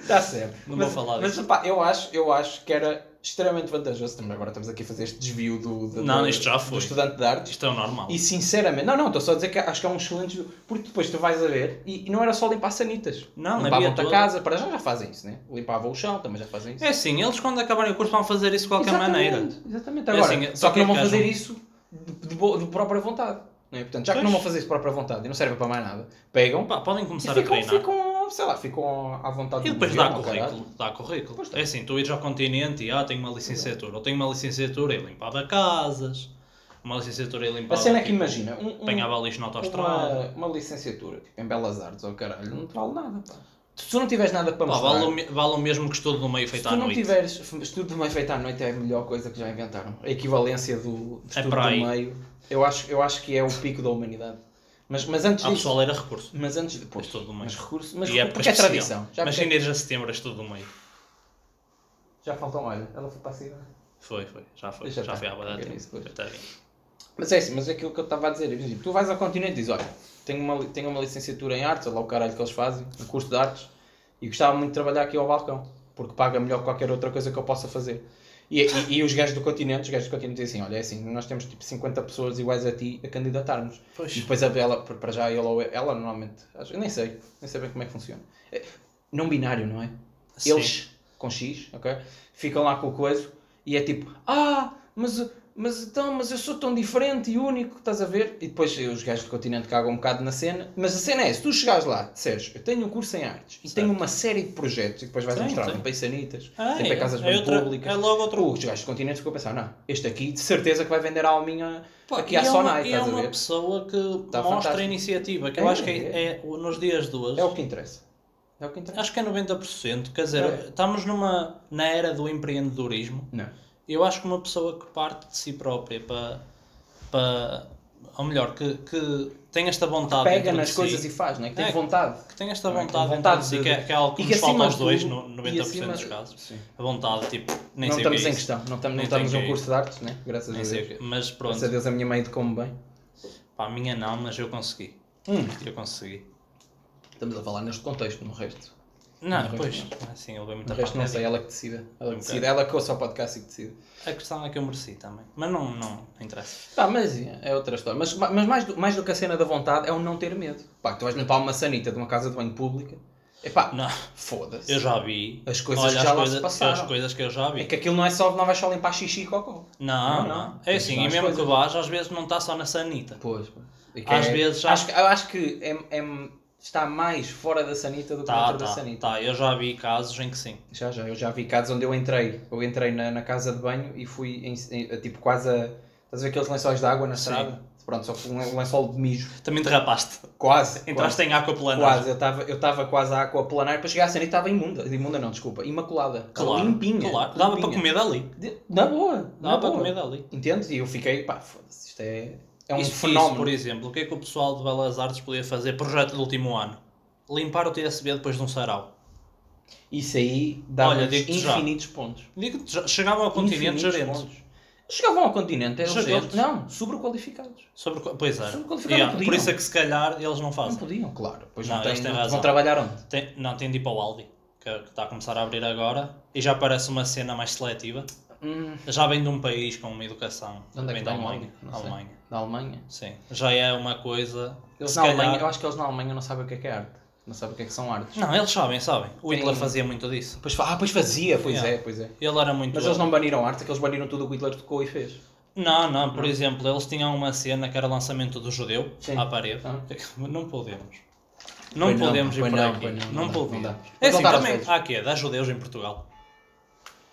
Está Tá certo. Não mas, vou falar Mas repá, eu acho, eu acho que era extremamente vantajoso. Também agora estamos aqui a fazer este desvio do, do- Não, do- isto já do foi. estudante de artes. Isto é o normal. E sinceramente, não, não, estou só a dizer que acho que é um excelente jogo, porque depois tu vais a ver e, e não era só limpar sanitas. Não, havia Limpavam-te a toda- casa, para já já fazem isso, né? Limpavam o chão, também já fazem isso. É assim, eles quando acabarem o curso vão fazer isso de qualquer maneira. Exatamente, É agora, assim, só que não vão qualquer fazer caso. isso de, de, bo- de própria vontade. Né? Portanto, já que Pois. não vão fazer isso de própria vontade e não serve para mais nada, pegam Pá, podem e começar a ficam, treinar. ficam, sei lá, ficam à vontade um E do depois dá governo, ao caralho. currículo, dá currículo. Pois dá. É assim, tu ires ao continente e ah, tenho uma licenciatura, ou tenho uma licenciatura e limpava casas, uma licenciatura e A limpava. cena é que tipo, imagina, um, um, Apanhava lixo na autostrada. uma, uma licenciatura tipo, em Belas Artes ou caralho, não te vale nada. Pá. Se tu não tiveres nada para Pá, mostrar, vale, o me- vale o mesmo que estudo no meio se feito tu à não noite. tiveres estudo de meio feito à noite é a melhor coisa que já inventaram. A equivalência do, do É estudo para do aí. meio, eu acho, eu acho que é o pico da humanidade. Mas, mas antes Ah, disso, pessoal era recurso. mas antes de, pois, estudo do meio. mas recurso, mas e é porque é especial. tradição. Já, Mas porque- ainda ires a setembro é estudo do meio. já faltam, olha, ela foi para a cidade. Foi, foi, já foi. Deixa Já, estar. foi há Era bastante isso, tempo. pois. Até bem. Mas é isso, mas é aquilo que eu estava a dizer. imagina, Tu vais ao continente e dizes, olha, tenho uma, li- tenho uma licenciatura em artes, ou lá o caralho que eles fazem, um curso de artes, e gostava muito de trabalhar aqui ao balcão, porque paga melhor que qualquer outra coisa que eu possa fazer. E, e, e os gajos do continente, os gajos do continente dizem assim, olha, é assim, nós temos tipo 50 pessoas iguais a ti a candidatarmos. Pois. E depois a ela, por- para já, ele ou ela normalmente, acho- eu nem sei, nem sei bem como é que funciona. É, não binário, não é? Sim. Eles, com X, ok? Ficam lá com o coisa e é tipo, ah, mas, mas então, mas eu sou tão diferente e único, estás a ver? E depois os gajos do continente cagam um bocado na cena, mas a cena é, se tu chegares lá, disseres, eu tenho um curso em artes e Certo. tenho uma série de projetos e depois vais Tem, mostrar, tipo, tem. tem paisanitas, Ah, tem para casas é bem outra- públicas. é logo outro- Os gajos do continente ficam a pensar, não, este aqui de certeza que vai vender a alminha Pá, aqui e à é uma, Sonai, e é estás a uma ver? pessoa que Tá mostra fantástico. a iniciativa, que eu É, acho que é. é, é nos dias de hoje. É o que interessa. É o que interessa. Acho que é 90%, quer dizer, É. estamos numa, na era do empreendedorismo. Não. Eu acho que uma pessoa que parte de si própria para. para ou melhor, que, que tem esta vontade Pega dentro nas de si, coisas e faz, não é? Que tem É. vontade. que tem esta Não é? vontade, Tem dentro vontade de si, de- que é, que é algo que e nos falta acima aos de dois, tudo- no, e 90% acima- dos casos. Sim. A vontade, tipo, nem não sei o que estamos em é isso, questão, não estamos, não Nem estamos sei o num que é curso de artes, né? graças nem a sei Deus. o que- é Mas pronto, Graças a Deus a minha mãe de como bem. pá, a minha não, mas eu consegui. Hum, Eu consegui. estamos a falar neste contexto, no resto. Não, Não, pois, assim, ele veio muito No resto não apertado. sei, ela é que decide. Ela, Ok. que decide. ela que ouça o podcast e que decide. A questão é que eu mereci também, mas não, não, não interessa. Pá, mas é é outra história. Mas, mas mais, do, mais do que a cena da vontade é o não ter medo. Pá, que tu vais limpar uma sanita de uma casa de banho pública. Epá, Não, foda-se. eu já vi. As coisas Olha, que já as, lá se coisas, passaram. as coisas que eu já vi. É que aquilo não é só, não vais só limpar xixi e cocô. Não, Não, não, não. É Tens assim, que dar e as mesmo coisas. que vás, às vezes não está só na sanita. Pois, pá. É que Às é- vezes já- acho, que- eu acho que é- é- está mais fora da sanita do que Tá, dentro é da tá, sanita. tá. Eu já vi casos em que sim. Já, já, eu já vi casos onde eu entrei, eu entrei na, na casa de banho e fui em, em- tipo quase a. Estás a ver aqueles lençóis de água na Sim. estrada? Pronto, só que um lençol de mijo. Também derrapaste. Quase. Entraste em quase, aquaplanagem. quase. Eu estava eu tava quase a aquaplanar para chegar à cena e estava imunda. Imunda não, desculpa. Imaculada. Estava Claro, limpinha. claro. Dava para limpinha. comer dali. De- Na boa. Na Dava para boa. comer dali. Entendes? E eu fiquei, pá, foda-se, isto é, é um Isso- isso, fenómeno. por exemplo, o que é que o pessoal de Belas Artes podia fazer? Projeto do último ano. Limpar o TSB depois de um sarau. Isso aí dava Olha, digo-te já. infinitos pontos. Digo-te, já- chegavam ao continente Infinitos gerentes. pontos. Chegavam ao continente, eram Gerentes. gerentes. Não, sobrequalificados. Sobre, co- pois era. Sobre qualificar um não por podiam. isso é que se calhar eles não Não fazem. podiam, claro. Pois Não, não, têm, eles têm não- razão. Vão trabalhar onde? Tem- não, tem de ir para o Aldi, que, que está a começar a abrir agora, e já parece uma cena mais seletiva. Hum, Já vem de um país com uma educação. Onde é que vem da vem o Alemanha. Aldi? Não sei. Alemanha. na Alemanha. Sim. Já é uma coisa. que Eles se na calhar- Alemanha. Eu acho que eles na Alemanha não sabem o que é que é arte. Não sabem o que é que são artes. Não, eles sabem, sabem. O Tem- Hitler fazia muito disso. Pois, fa- ah, pois fazia, pois Yeah. é, pois é. Ele era muito. Mas eles não baniram arte, é que eles baniram tudo o que o Hitler tocou e fez. Não, não, por exemplo, eles tinham uma cena que era lançamento do judeu Sim. à parede. Ah. Não podemos. Não Pois não, podemos ir pois por não, aqui. pois não, Não, não dá, podemos. não dá. É Vou assim, voltar aos também outros. há quê? Dá judeus em Portugal.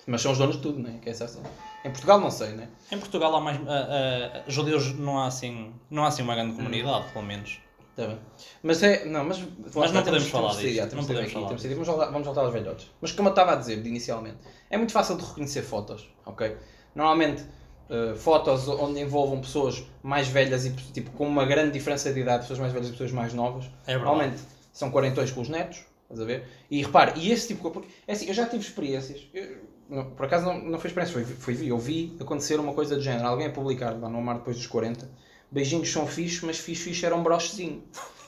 Mas são os donos de tudo, né? Que é essa a cena. Em Portugal não sei, né? Em Portugal há mais. ah, ah, judeus não há assim. Não há assim uma grande comunidade, pelo menos. Está Tá bem. Mas é. Não, mas. Mas não temos- podemos temos falar de sair, disto. já, temos Não de sair podemos daqui, falar temos de sair. Vamos voltar, vamos voltar aos velhotes. Mas como eu estava a dizer de- inicialmente, é muito fácil de reconhecer fotos, ok? Normalmente, eh, fotos onde envolvam pessoas mais velhas e tipo, com uma grande diferença de idade, pessoas mais velhas e pessoas mais novas. É verdade. Normalmente são quarentões com os netos, estás a ver? E repare, e esse tipo de coisa. porque, É assim, eu já tive experiências. eu- não, por acaso não, não foi experiência, foi, foi vi. Eu vi acontecer uma coisa do género. Alguém a publicar lá no mar depois dos 40. Beijinhos são fixe, mas fixe fixe era um brochezinho.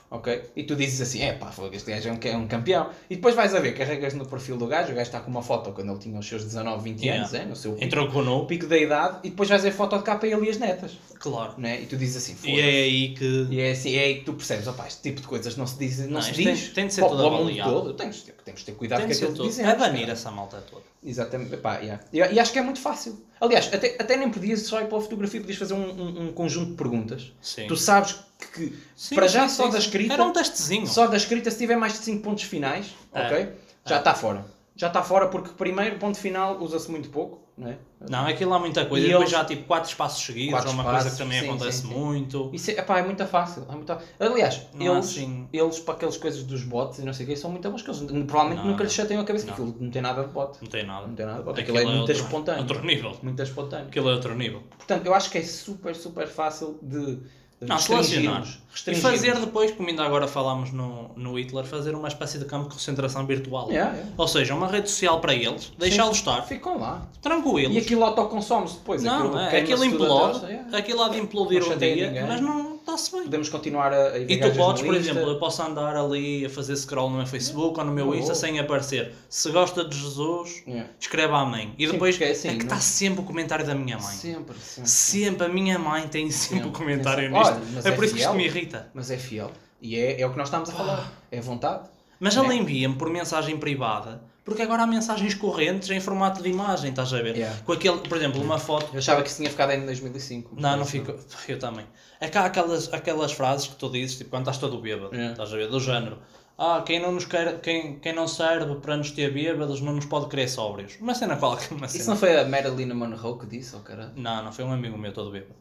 Ok? E tu dizes assim, é pá, fogo, este gajo é um, é um campeão. E depois vais a ver, carregas no perfil do gajo, o gajo está com uma foto quando ele tinha os seus 19, 20 Yeah. anos, é, no seu pico, Entrou com o o Nu, pico da idade, e depois vais ver foto de capa ele e as netas. claro. Não é? E tu dizes assim, E é aí que. e é assim, é aí que tu percebes, opá, este tipo de coisas não se diz, não, Não, se isto tem- diz. tem de ser Pô, tudo ao mundo avaliado. todo, temos, de ter- temos de ter cuidado Tem com de ser aquilo que tudo. dizemos. É banir cara. essa malta toda. Exatamente, epá, yeah. e, e acho que é muito fácil. Aliás, até, até nem podias só ir para a fotografia, podias fazer um, um- um conjunto de perguntas. Sim. Tu sabes que, que Sim, para já sim, só sim, da sim. escrita, Era um testezinho. só da escrita, se tiver mais de 5 pontos finais, É. ok? Já está fora. Já está fora porque primeiro ponto final usa-se muito pouco, não é? Não, aquilo há muita coisa. E E depois eles- já há tipo quatro espaços seguidos, Quatro é uma coisa espaços, que também sim, acontece sim, sim. muito. Isso é, epá, é muito fácil. É muito... Aliás, Não há eles, assim- eles para aquelas coisas dos bots e não sei o que são muito bons, que eles provavelmente Não, nunca não. lhes chateiam a cabeça, Não. que aquilo não tem nada de bot. Não tem nada. Não tem nada de bot. Aquilo, é, muito outro- espontâneo. Outro nível. Muito espontâneo. Aquilo é outro nível. Portanto, eu acho que é super, super fácil de Não, selecionar. restringirmos. E restringirmos. fazer depois, como ainda agora falámos no, no Hitler, fazer uma espécie de campo de concentração virtual. Yeah, yeah. Ou seja, uma rede social para eles, deixá-los estar, Ficam lá. tranquilos. E aquilo autoconsome-se depois. não, é, queima-se aquilo tudo implode, atrás. Yeah. aquilo há de implodir Não um chateia dia, ninguém. mas não está-se bem. Podemos continuar a, a E ver tu gajas no podes, por Insta. exemplo, eu posso andar ali a fazer scroll no meu Facebook ou no meu Boa. Insta sem aparecer. Se gosta de Jesus, Yeah. escreve à mãe. E Sim, depois porque é assim, é que não- está sempre o comentário da minha mãe. Sempre, sempre. Sempre, a minha mãe tem sempre o Sempre, comentário tem nisto. sempre. Olha, mas é é por isso que isto fiel. me irrita. Mas é fiel. E é, é o que nós estamos a falar. Ah. É vontade. Mas Né? ela envia-me por mensagem privada, porque agora há mensagens correntes em formato de imagem, estás a ver? Yeah. Com aquele, por exemplo, uma foto. Eu achava que isso tinha ficado ainda em 2005. Não, não fico. Eu também. É cá aquelas, aquelas frases que tu dizes, tipo, quando estás todo bêbado, Yeah. estás a ver? Do género. Ah, quem não, nos quer, quem, quem não serve para nos ter bêbados não nos pode querer sóbrios. Uma cena qualquer, uma Isso cena. não foi a Marilyn Monroe que disse, oh caralho? Não, não foi um amigo meu todo bêbado.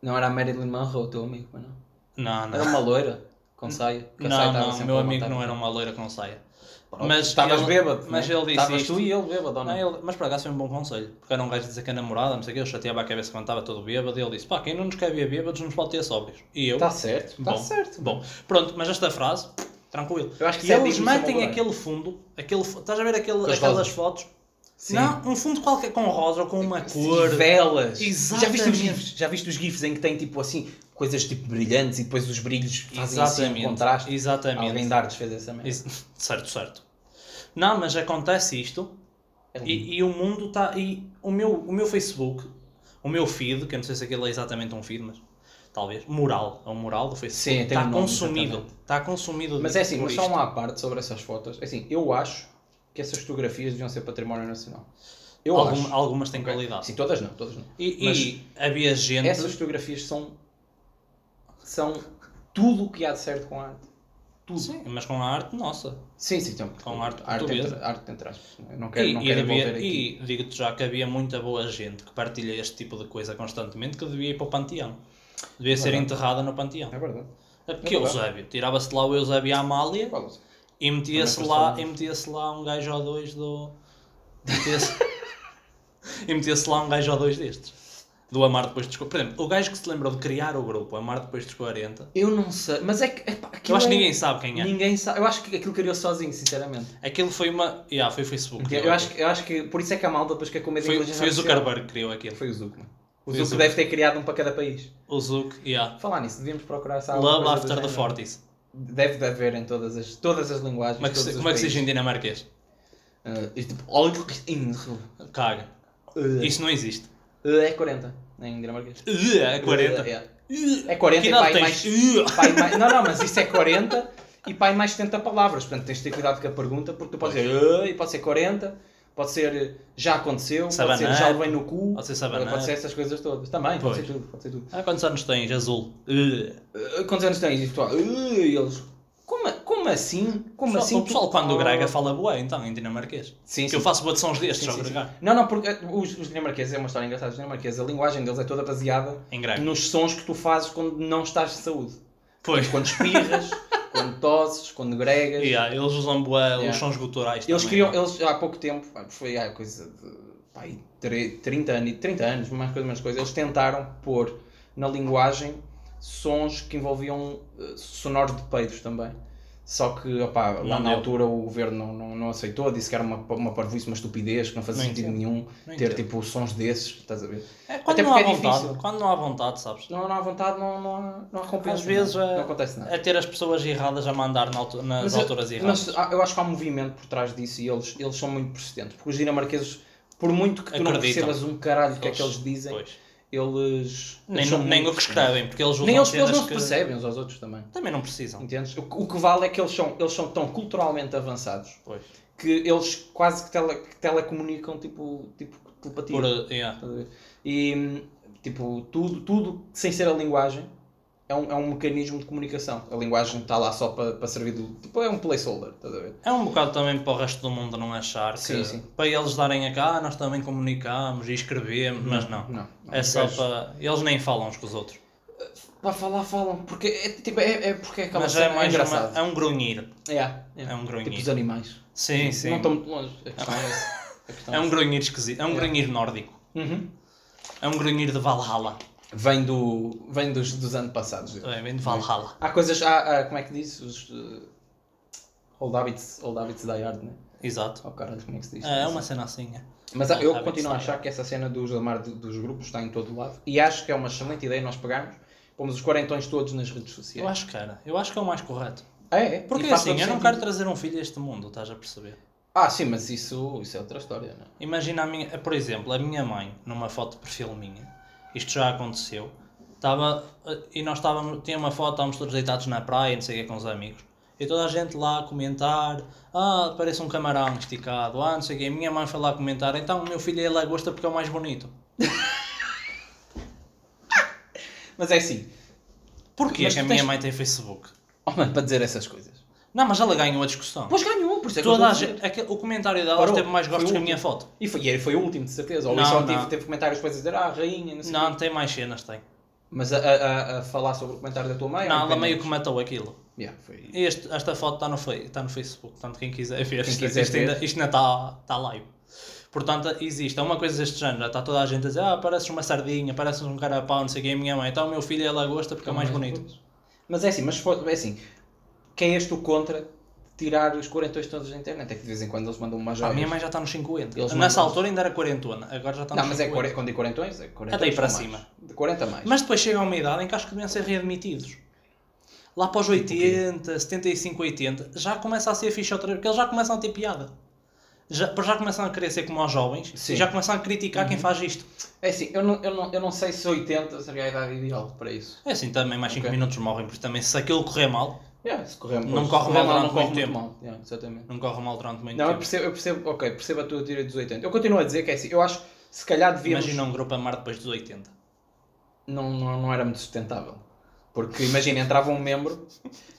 Não era a Marilyn Monroe, o teu amigo, mas não. Não, não. Era uma loira, com saia. que a saia Não, estava não, sempre meu a amigo levantar. não era uma loira com saia. Pronto, Mas Estavas ele- bêbado, mas né? ele disse Estavas isto. tu e ele bêbado, ou não? é? Não, ele- mas para cá foi um bom conselho, porque era um gajo a dizer que a namorada, não sei o que, ele chateava a cabeça quando estava todo bêbado e ele disse: pá, quem não nos quer ver bêbados nos pode ter sóbrios. E eu, Está Tá certo, está bom, certo. bom, pronto, mas esta frase, tranquilo. Eu acho que e isso é eles digno de ser metem uma aquele fundo, aquele, fu- estás a ver aquele- Aqueles aquelas rosas. fotos? Sim. Não, um fundo qualquer com rosa ou com uma Sim, cor. velas. Exatamente. Já viste os gifs? Já viste os gifs em que tem tipo assim, coisas tipo brilhantes e depois os brilhos fazem assim um contraste? Exatamente. Alguém de artes fez essa merda. Ex- certo, certo. Não, mas acontece isto É lindo. E, e o mundo está. E o meu, o meu Facebook, o meu feed, que eu não sei se aquilo é exatamente um feed, mas talvez, mural, é um mural do Sim, Facebook, tem está um nome, consumido. exatamente. Está consumido Mas de- é assim, por mas só isto. uma à parte sobre essas fotos. Assim, eu acho que essas fotografias deviam ser património nacional. Eu Algum- acho. Algumas têm Ok. qualidade. Sim, todas não, todas não. E, Mas é assim. e havia gente. essas fotografias são são tudo o que há de certo com a arte. Tudo. Sim, Sim, mas com a arte nossa. sim, sim então, Com arte arte, portuguesa. entre, arte entre aspas. Eu Não quero, e não e quero havia- envolver aqui. e digo-te já que havia muita boa gente que partilha este tipo de coisa constantemente que devia ir para o panteão. Devia ser É Verdade. enterrada no panteão. É verdade. É porque É o verdade. Eusébio. Tirava-se de lá o Eusébio e a Amália. Qual é? E metia-se Também lá, passou. e metia-se lá um gajo ou dois do. Metia-se... e metia-se lá um gajo ou dois destes. Do Amar depois dos 40. Por exemplo, o gajo que se lembrou de criar o grupo Amar depois dos 40. Eu não sei, mas é que epá, Eu aquilo acho que é- ninguém sabe quem é. ninguém sabe. Eu acho que aquilo criou sozinho, sinceramente. Aquilo foi uma. Yeah, foi o Facebook. Eu acho, que- eu acho que por isso é que a malda depois que é com medo da foi, inteligência foi o artificial. Zuckerberg que criou aquilo. Foi o Zuc, mano. O Foi o Zuc Zuc. deve ter criado um para cada país. O Zuck, yeah. Falar nisso, devíamos procurar se há alguma Love coisa do After the género. 40s. Deve haver em todas as, todas as linguagens. Como é que, se, todos os como é que se diz em países. dinamarquês? Ah, e tipo, olha que- em- Caga. eh, Isso não existe. eh, é 40 em dinamarquês. Uh, é 40. Eh, é. Uh, É 40 que e idade pai tens? mais, Uh. pai mais. Não, não, mas isso é 40 e pai mais 70 palavras. Portanto, tens de ter cuidado com a pergunta porque tu podes dizer eh, e pode ser 40, pode ser eh, já aconteceu, pode ser Sabanete. já levei no cu, Pode ser sabanete. pode ser essas coisas todas. Também, Pois. pode ser tudo. Pode ser tudo. Ah, quantos anos tens? Azul. Uh. Eh, Quantos anos tens? E tu, "Eh", e eles. Como, como assim? Como Pessoal- assim? o pessoal tu- quando grega fala boa, então, em dinamarquês. Sim, que sim. eu faço boa de sons destes, Sim, só sim, sim. gregar. Não, não, porque eh, os, os dinamarqueses, é uma história engraçada, os dinamarqueses, a linguagem deles é toda baseada Em grego. nos sons que tu fazes quando não estás de saúde. Pois. Quando espirras, quando tosses, quando gregas. Yeah, eles usam bué é Yeah. os sons guturais Eles também, queriam, não é? eles há pouco tempo, pá, foi há coisa de pá, aí, tre- 30 anos, 30 anos, mais coisa, menos coisa, eles tentaram pôr na linguagem sons que envolviam eh, sonoros de peidos também. Só que, opá, lá na Não deu. altura o governo não, não, não aceitou, disse que era uma, uma parvoíce, uma estupidez, que não fazia Não sentido entendo. nenhum Não ter entendo. tipo sons desses, estás a ver? É, quando até não há porque é vontade, difícil. quando não há vontade, sabes? Não, não há vontade, não, não, há- não há recompensa. Às vezes não, é- não acontece nada. É ter as pessoas erradas a mandar na altu- nas Mas eu- alturas erradas. Mas há- eu acho que há um movimento por trás disso e eles, eles são muito persistentes. Porque os dinamarqueses, por muito que tu não Acreditam. percebas um caralho do que é que Eles- eles dizem, Pois. eles. Nem, eles são não- nem muito o que escrevem, porque eles persistentes. usam Nem eles, eles cenas não se que percebem uns aos outros também. Também não precisam. Entendes? O, que- o que vale é que eles são, eles são tão culturalmente avançados Pois. que eles quase que, tele, que telecomunicam tipo, tipo telepatia. Por, uh, yeah. Estás a ver? E tipo, tudo, tudo sem ser a linguagem é um, é um mecanismo de comunicação. A linguagem está lá só para, para servir do. Tipo, é um placeholder, estás a ver? É um bocado também para o resto do mundo não achar que Sim, sim. para eles darem a cá, nós também comunicamos e escrevemos, mas não. Não. É Os só gajos- para. Eles nem falam uns com os outros. Lá falar, falam. Porque é, tipo, é, é porque é aquela mas cena é mais uma- engraçado. é um grunhir. Yeah, É yeah. um grunhir. Tipo os animais. Sim, sim. Não estão muito longe. A questão é essa. A questão É um essa. grunhir esquisito. É um Yeah. grunhir nórdico. Uhum. É um grunhir de Valhalla. Vem, do, vem dos, dos anos passados. É, vem de Valhalla. Há coisas, há, há- como é que diz? Os eh, old, habits, old Habits Die Hard, né? Exato. Oh caralho, como é que se diz? É é uma cena assim. é. Mas há- eu Habits continuo a Die achar que essa cena dos, amar do- dos grupos está em todo o lado e acho que é uma excelente ideia nós pegarmos, pomos os quarentões todos nas redes Eu sociais. acho que era. Eu acho que é o mais correto. É, é. Porque E é faz assim, eu todo não sentido. quero trazer um filho a este mundo, estás a perceber? Ah, sim, mas isso, isso é outra história, não é? Imagina a minha, por exemplo, a minha mãe, numa foto de perfil minha, isto já aconteceu, estava, e nós estávamos, tinha uma foto, estávamos todos deitados na praia, não sei o que, com os amigos, e toda a gente lá a comentar, ah, parece um camarão esticado, ah, não sei o que, a minha mãe foi lá comentar, então o meu filho é lagosta porque é o mais bonito. Mas é assim, Porquê Mas que a tu minha tens- mãe tem Facebook? homem, para dizer essas coisas. Não, mas ela ganhou a discussão. Pois ganhou, por isso é que eu estou Toda a a dizer. gente, aquele- o comentário dela Parou. teve mais Foi gostos o que a minha foto. E foi, e foi o último, de certeza. Ou Não, só não. teve, teve comentários para dizer, ah, rainha, não sei o Não, quê. tem mais cenas, tem. Mas a, a- a- a falar sobre o comentário da tua mãe... é um Não, ela meio que matou aquilo. Yeah, foi... Este- esta foto está no, Fe- está no Facebook, portanto, quem quiser ver, Quem isto, quiser isto ainda, isto ainda está, está live. Portanto, existe, é uma coisa deste género, já está toda a gente a dizer, ah, pareces uma sardinha, pareces um carapau, não sei quem, a minha mãe, então o meu filho é lagosta porque é o mais bonito. Mas Então, é assim, mas foi- é assim, quem és tu contra tirar os quarentões todos da internet? É que de vez em quando eles mandam uma Ah, A joia. minha mãe já está nos 50. Eles Nessa mandam- altura ainda era quarentona, agora já está nos Não, mas é 50. quare- quando é quarentões, é quarentões Até aí para com cima. mais. De 40 mais. Mas depois chega a uma idade em que acho que deviam ser readmitidos. Lá para os Tipo 80, 75, 80, já começa a ser ficha outra vez, porque eles já começam a ter piada. Já, já começam a querer ser como aos jovens Sim. e já começam a criticar quem faz isto. É assim, eu não, eu, não, eu não sei se 80 seria a idade ideal para isso. É assim, também mais 5 Ok. minutos morrem, porque também se aquilo correr mal, Yeah, se correr um Não se corre correr mal não durante corre muito muito tempo. mal. Yeah, exatamente. não corre mal durante muito Não, eu tempo. percebo, eu percebo, ok, percebo a tua teoria dos 80. Eu continuo a dizer que é assim, eu acho que se calhar devíamos... Imagina um grupo a mar depois dos 80. Não, não, não era muito sustentável. Porque imagina, entrava um membro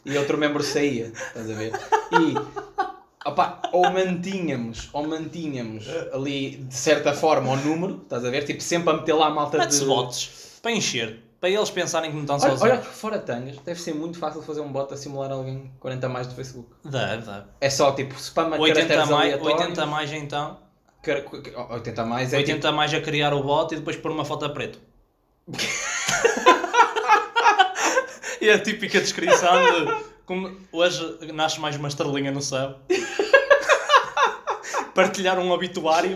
e outro membro saía, estás a ver? E, opá, ou mantínhamos, ou mantínhamos ali, de certa forma, o número, estás a ver? Tipo, sempre a meter lá a malta Mete-se de... botes para encher, para eles pensarem que não estão Olha, olha sozinhos. que fora tangas, deve ser muito fácil fazer um bot a simular alguém 40 mais do Facebook. Dá, dá. É só tipo spam a 80 caracteres mais, aleatórios. 80 mais então, Cara- cu- cu- 80 mais é 80... 80 mais a criar o bot e depois pôr uma foto a preto. e é a típica descrição de como hoje nasce mais uma estrelinha no céu. Partilhar um obituário,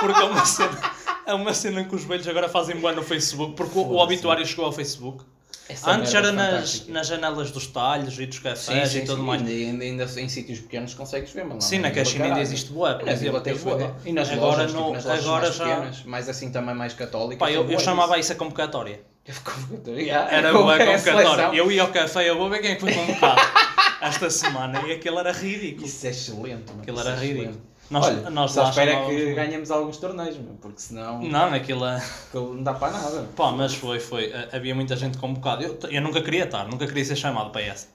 porque é uma cena, é uma cena que os velhos agora fazem bem no Facebook, porque o- o Foda-se. obituário chegou ao Facebook. tipo, Essa Antes merda é era nas, fantástica. nas janelas dos talhos e dos Sim, cafés sim, e tudo sim. mais. Ainda, ainda, ainda em sítios pequenos consegues ver, mas lá Sim, não na é Caixa caralho. ainda existe boa, por Na exemplo. que eu biblioteca fui lá. boa. E nas agora lojas, não, tipo, nas lojas agora mais já. pequenas, mais assim também mais católicas. Pá, eu, são eu boas. chamava isso a convocatória. Eu convocatória, yeah, Era é boa a é a convocatória. seleção. Eu ia ao café, eu vou ver quem é que foi convocado esta semana e aquilo era ridículo. Isso é excelente, mano. Aquilo isso era é ridículo. excelente. Nós, Olha, nós só lá espero é chamávamos- que ganhemos alguns torneios, meu, porque senão Não, naquilo. é- aquilo não dá para nada. Pá, mas foi, foi. eh, Havia muita gente convocada. Eu, eu nunca queria estar, nunca queria ser chamado para essa.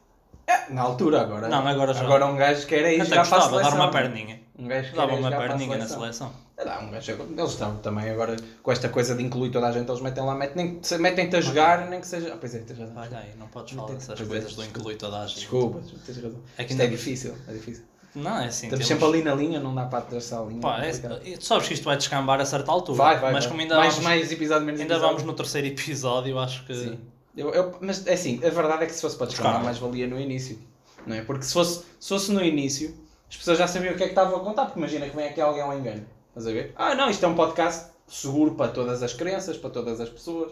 É, na altura agora. Não, agora já. Agora um gajo que era ir Até já para a gostava de dar seleção. uma perninha. Um gajo que Dava era ir uma já para a perninha na seleção. seleção. É, dá, um gajo, eles estão também agora com esta coisa de incluir toda a gente, eles metem lá, metem- nem que se- metem-te a jogar, nem que seja. Ah, pois é, tens razão. Olha aí, não podes Não tem- falar dessas pois é. coisas do inclui toda a gente. Desculpa, tens razão. É que Isto ainda- é difícil, é difícil. Não, é assim. Estamos temos- sempre ali na linha, não dá para atravessar a linha. Pá, é- complicado. tu sabes que isto vai descambar a certa altura. Vai, vai. Mas vai. como ainda, mais, vamos, mais episódio, menos ainda episódio. vamos no terceiro episódio, acho que. Sim. Eu, eu- mas é assim, a verdade é que se fosse para descontar, Claro. mais valia no início. Não é? Porque se fosse, se fosse no início, as pessoas já sabiam o que é que estavam a contar, porque imagina que vem aqui alguém ao engano. Estás a ver? Ah, não, isto é um podcast seguro para todas as crenças, para todas as pessoas.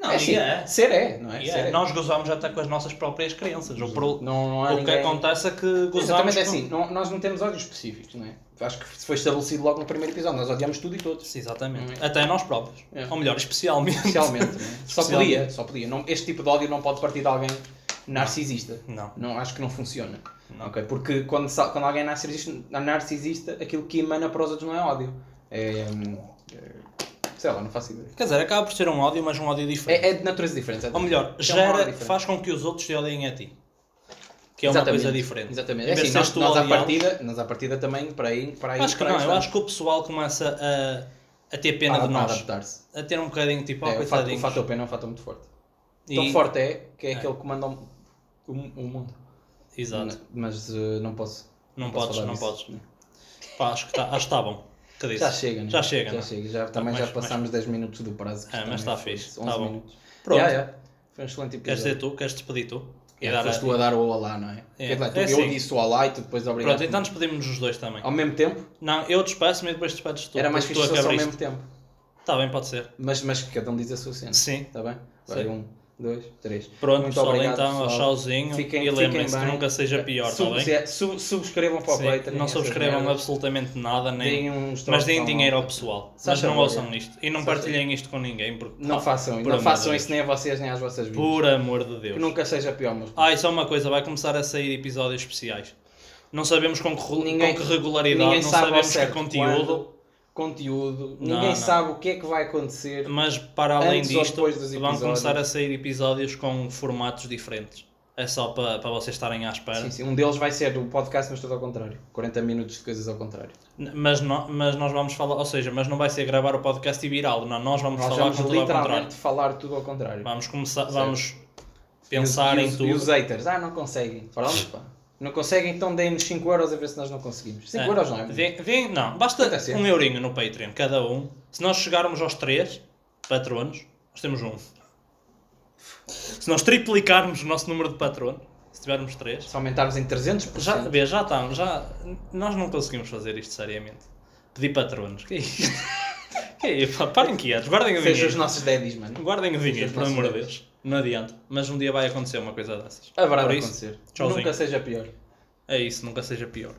Não, é e assim, é. Ser é, não é? E é, Ser é. Nós gozamos até com as nossas próprias crenças. O, pro- não, não há o que ninguém... acontece é que gozamos. Exatamente é com- assim, não- nós não temos ódios específicos, não é? Acho que foi estabelecido logo no primeiro episódio, nós odiamos tudo e todos. Sim, exatamente. Não Até nós próprios. É. Ou melhor, especialmente. Especialmente, não é? Só Especialmente. podia, só podia. Não, este tipo de ódio não pode partir de alguém narcisista. Não. Não, acho que não funciona. Não. Ok, Porque quando, sa- quando alguém é narcisista, narcisista, aquilo que emana para os outros não é ódio. É, hum, é, sei lá, não faço ideia. Quer dizer, acaba por ser um ódio, mas um ódio diferente. É, é de natureza diferente. é de- Ou melhor, é um ódio gera, diferente. faz com que os outros te odeiem a ti. Que é uma Exatamente, coisa diferente. Exatamente. Em É vez assim, de nós, seres tu nós, à odiá-los- partida, nós à partida também, para aí, para aí. Acho que para aí não, eu estamos. acho que o pessoal começa a, a ter pena A- de a nós. adaptar-se. A ter um bocadinho tipo, ah, É, o fato- o coitadinhos. fator pena é um fator muito forte. E- Tão forte é que é, É. aquele que manda o, o- o mundo. Exato. N- Mas eh, não posso. Não, posso podes, falar não disso. podes. Pá, acho que está tá bom. Que disse? Já chega, né? Já chega, Já né? chega. Já, também mais- já passámos 10 minutos do prazo. que Ah, isto mas também está foi fixe. 11 Tá bom. minutos. Pronto. Já, já. Foi um excelente Queres episódio. dizer tu? Queres despedir tu? E É, dar a- foste tu a dar o olá, não é? É. Quer dizer, tu- É eu assim. disse o olá e tu depois obrigado. Pronto, então despedimos os dois também. Ao mesmo tempo, Não, eu despeço-me e depois despedes tu. era mais porque fixe se tu fosse ao acabaste. mesmo tempo. Tá bem, pode ser. Mas, mas que cada um diz a sua cena. Sim. Está bem? Vai, Sim. um, dois, três. Pronto, Muito pessoal, obrigado, então, pessoal. tchauzinho. Fiquem- e lembrem-se fiquem que bem. nunca seja pior, tá Sub- bem? se- é, sub- subscrevam para o Sim, Patreon. não essas subscrevam merdas. absolutamente nada, nem, Deem um uns mas trocos deem ao- dinheiro ao pessoal. Só Mas não favor, ouçam é. isto. E não Só partilhem isto com ninguém, porque Não pá, façam, por não amor façam de isso nem a vocês nem às vossas Deus. vidas. Por amor de Deus. Que nunca seja pior, mas Ah, isso é uma coisa, vai começar a sair episódios especiais. Não sabemos com que, ru- Ninguém- com que regularidade, ninguém não sabe ao sabemos certo que conteúdo, quando, conteúdo, Não, ninguém não. sabe o que é que vai acontecer. mas para além Antes ou disto, depois dos vão episódios. começar a sair episódios com formatos diferentes. É só para, para vocês estarem à espera. Sim, sim, um deles vai ser o podcast, mas tudo ao contrário. 40 minutos de coisas ao contrário. N- Mas, nó- mas nós vamos falar, ou seja, mas não vai ser gravar o podcast e virá-lo, não. Nós vamos Nós falar vamos com tudo ao contrário. literalmente falar tudo ao contrário. Vamos começar, Certo. vamos pensar e em os, tudo. E os haters, ah, não conseguem. Pronto, pá. Não conseguem, então deem-nos 5 euros a ver se nós não conseguimos. 5 É. euros não é? muito. Vem, vem- não, basta Quanto é que é? um eurinho no Patreon, cada um. Se nós chegarmos aos 3 patronos, nós temos um. Se nós triplicarmos o nosso número de patronos, se tivermos 3, Se aumentarmos em 300%, já, vê, já estamos, já, nós não conseguimos fazer isto seriamente. Pedir patronos, que é isto? que é isto? Pá, Parem quietos, guardem o seja os dinheiro. nossos daddies, mano. Guardem o dinheiro, os pelo nossos amor de dedos. Deus. Não adianta. Mas um dia vai acontecer uma coisa dessas. Haverá Por de isso, acontecer. tchauzinho. Nunca seja pior. É isso, nunca seja pior.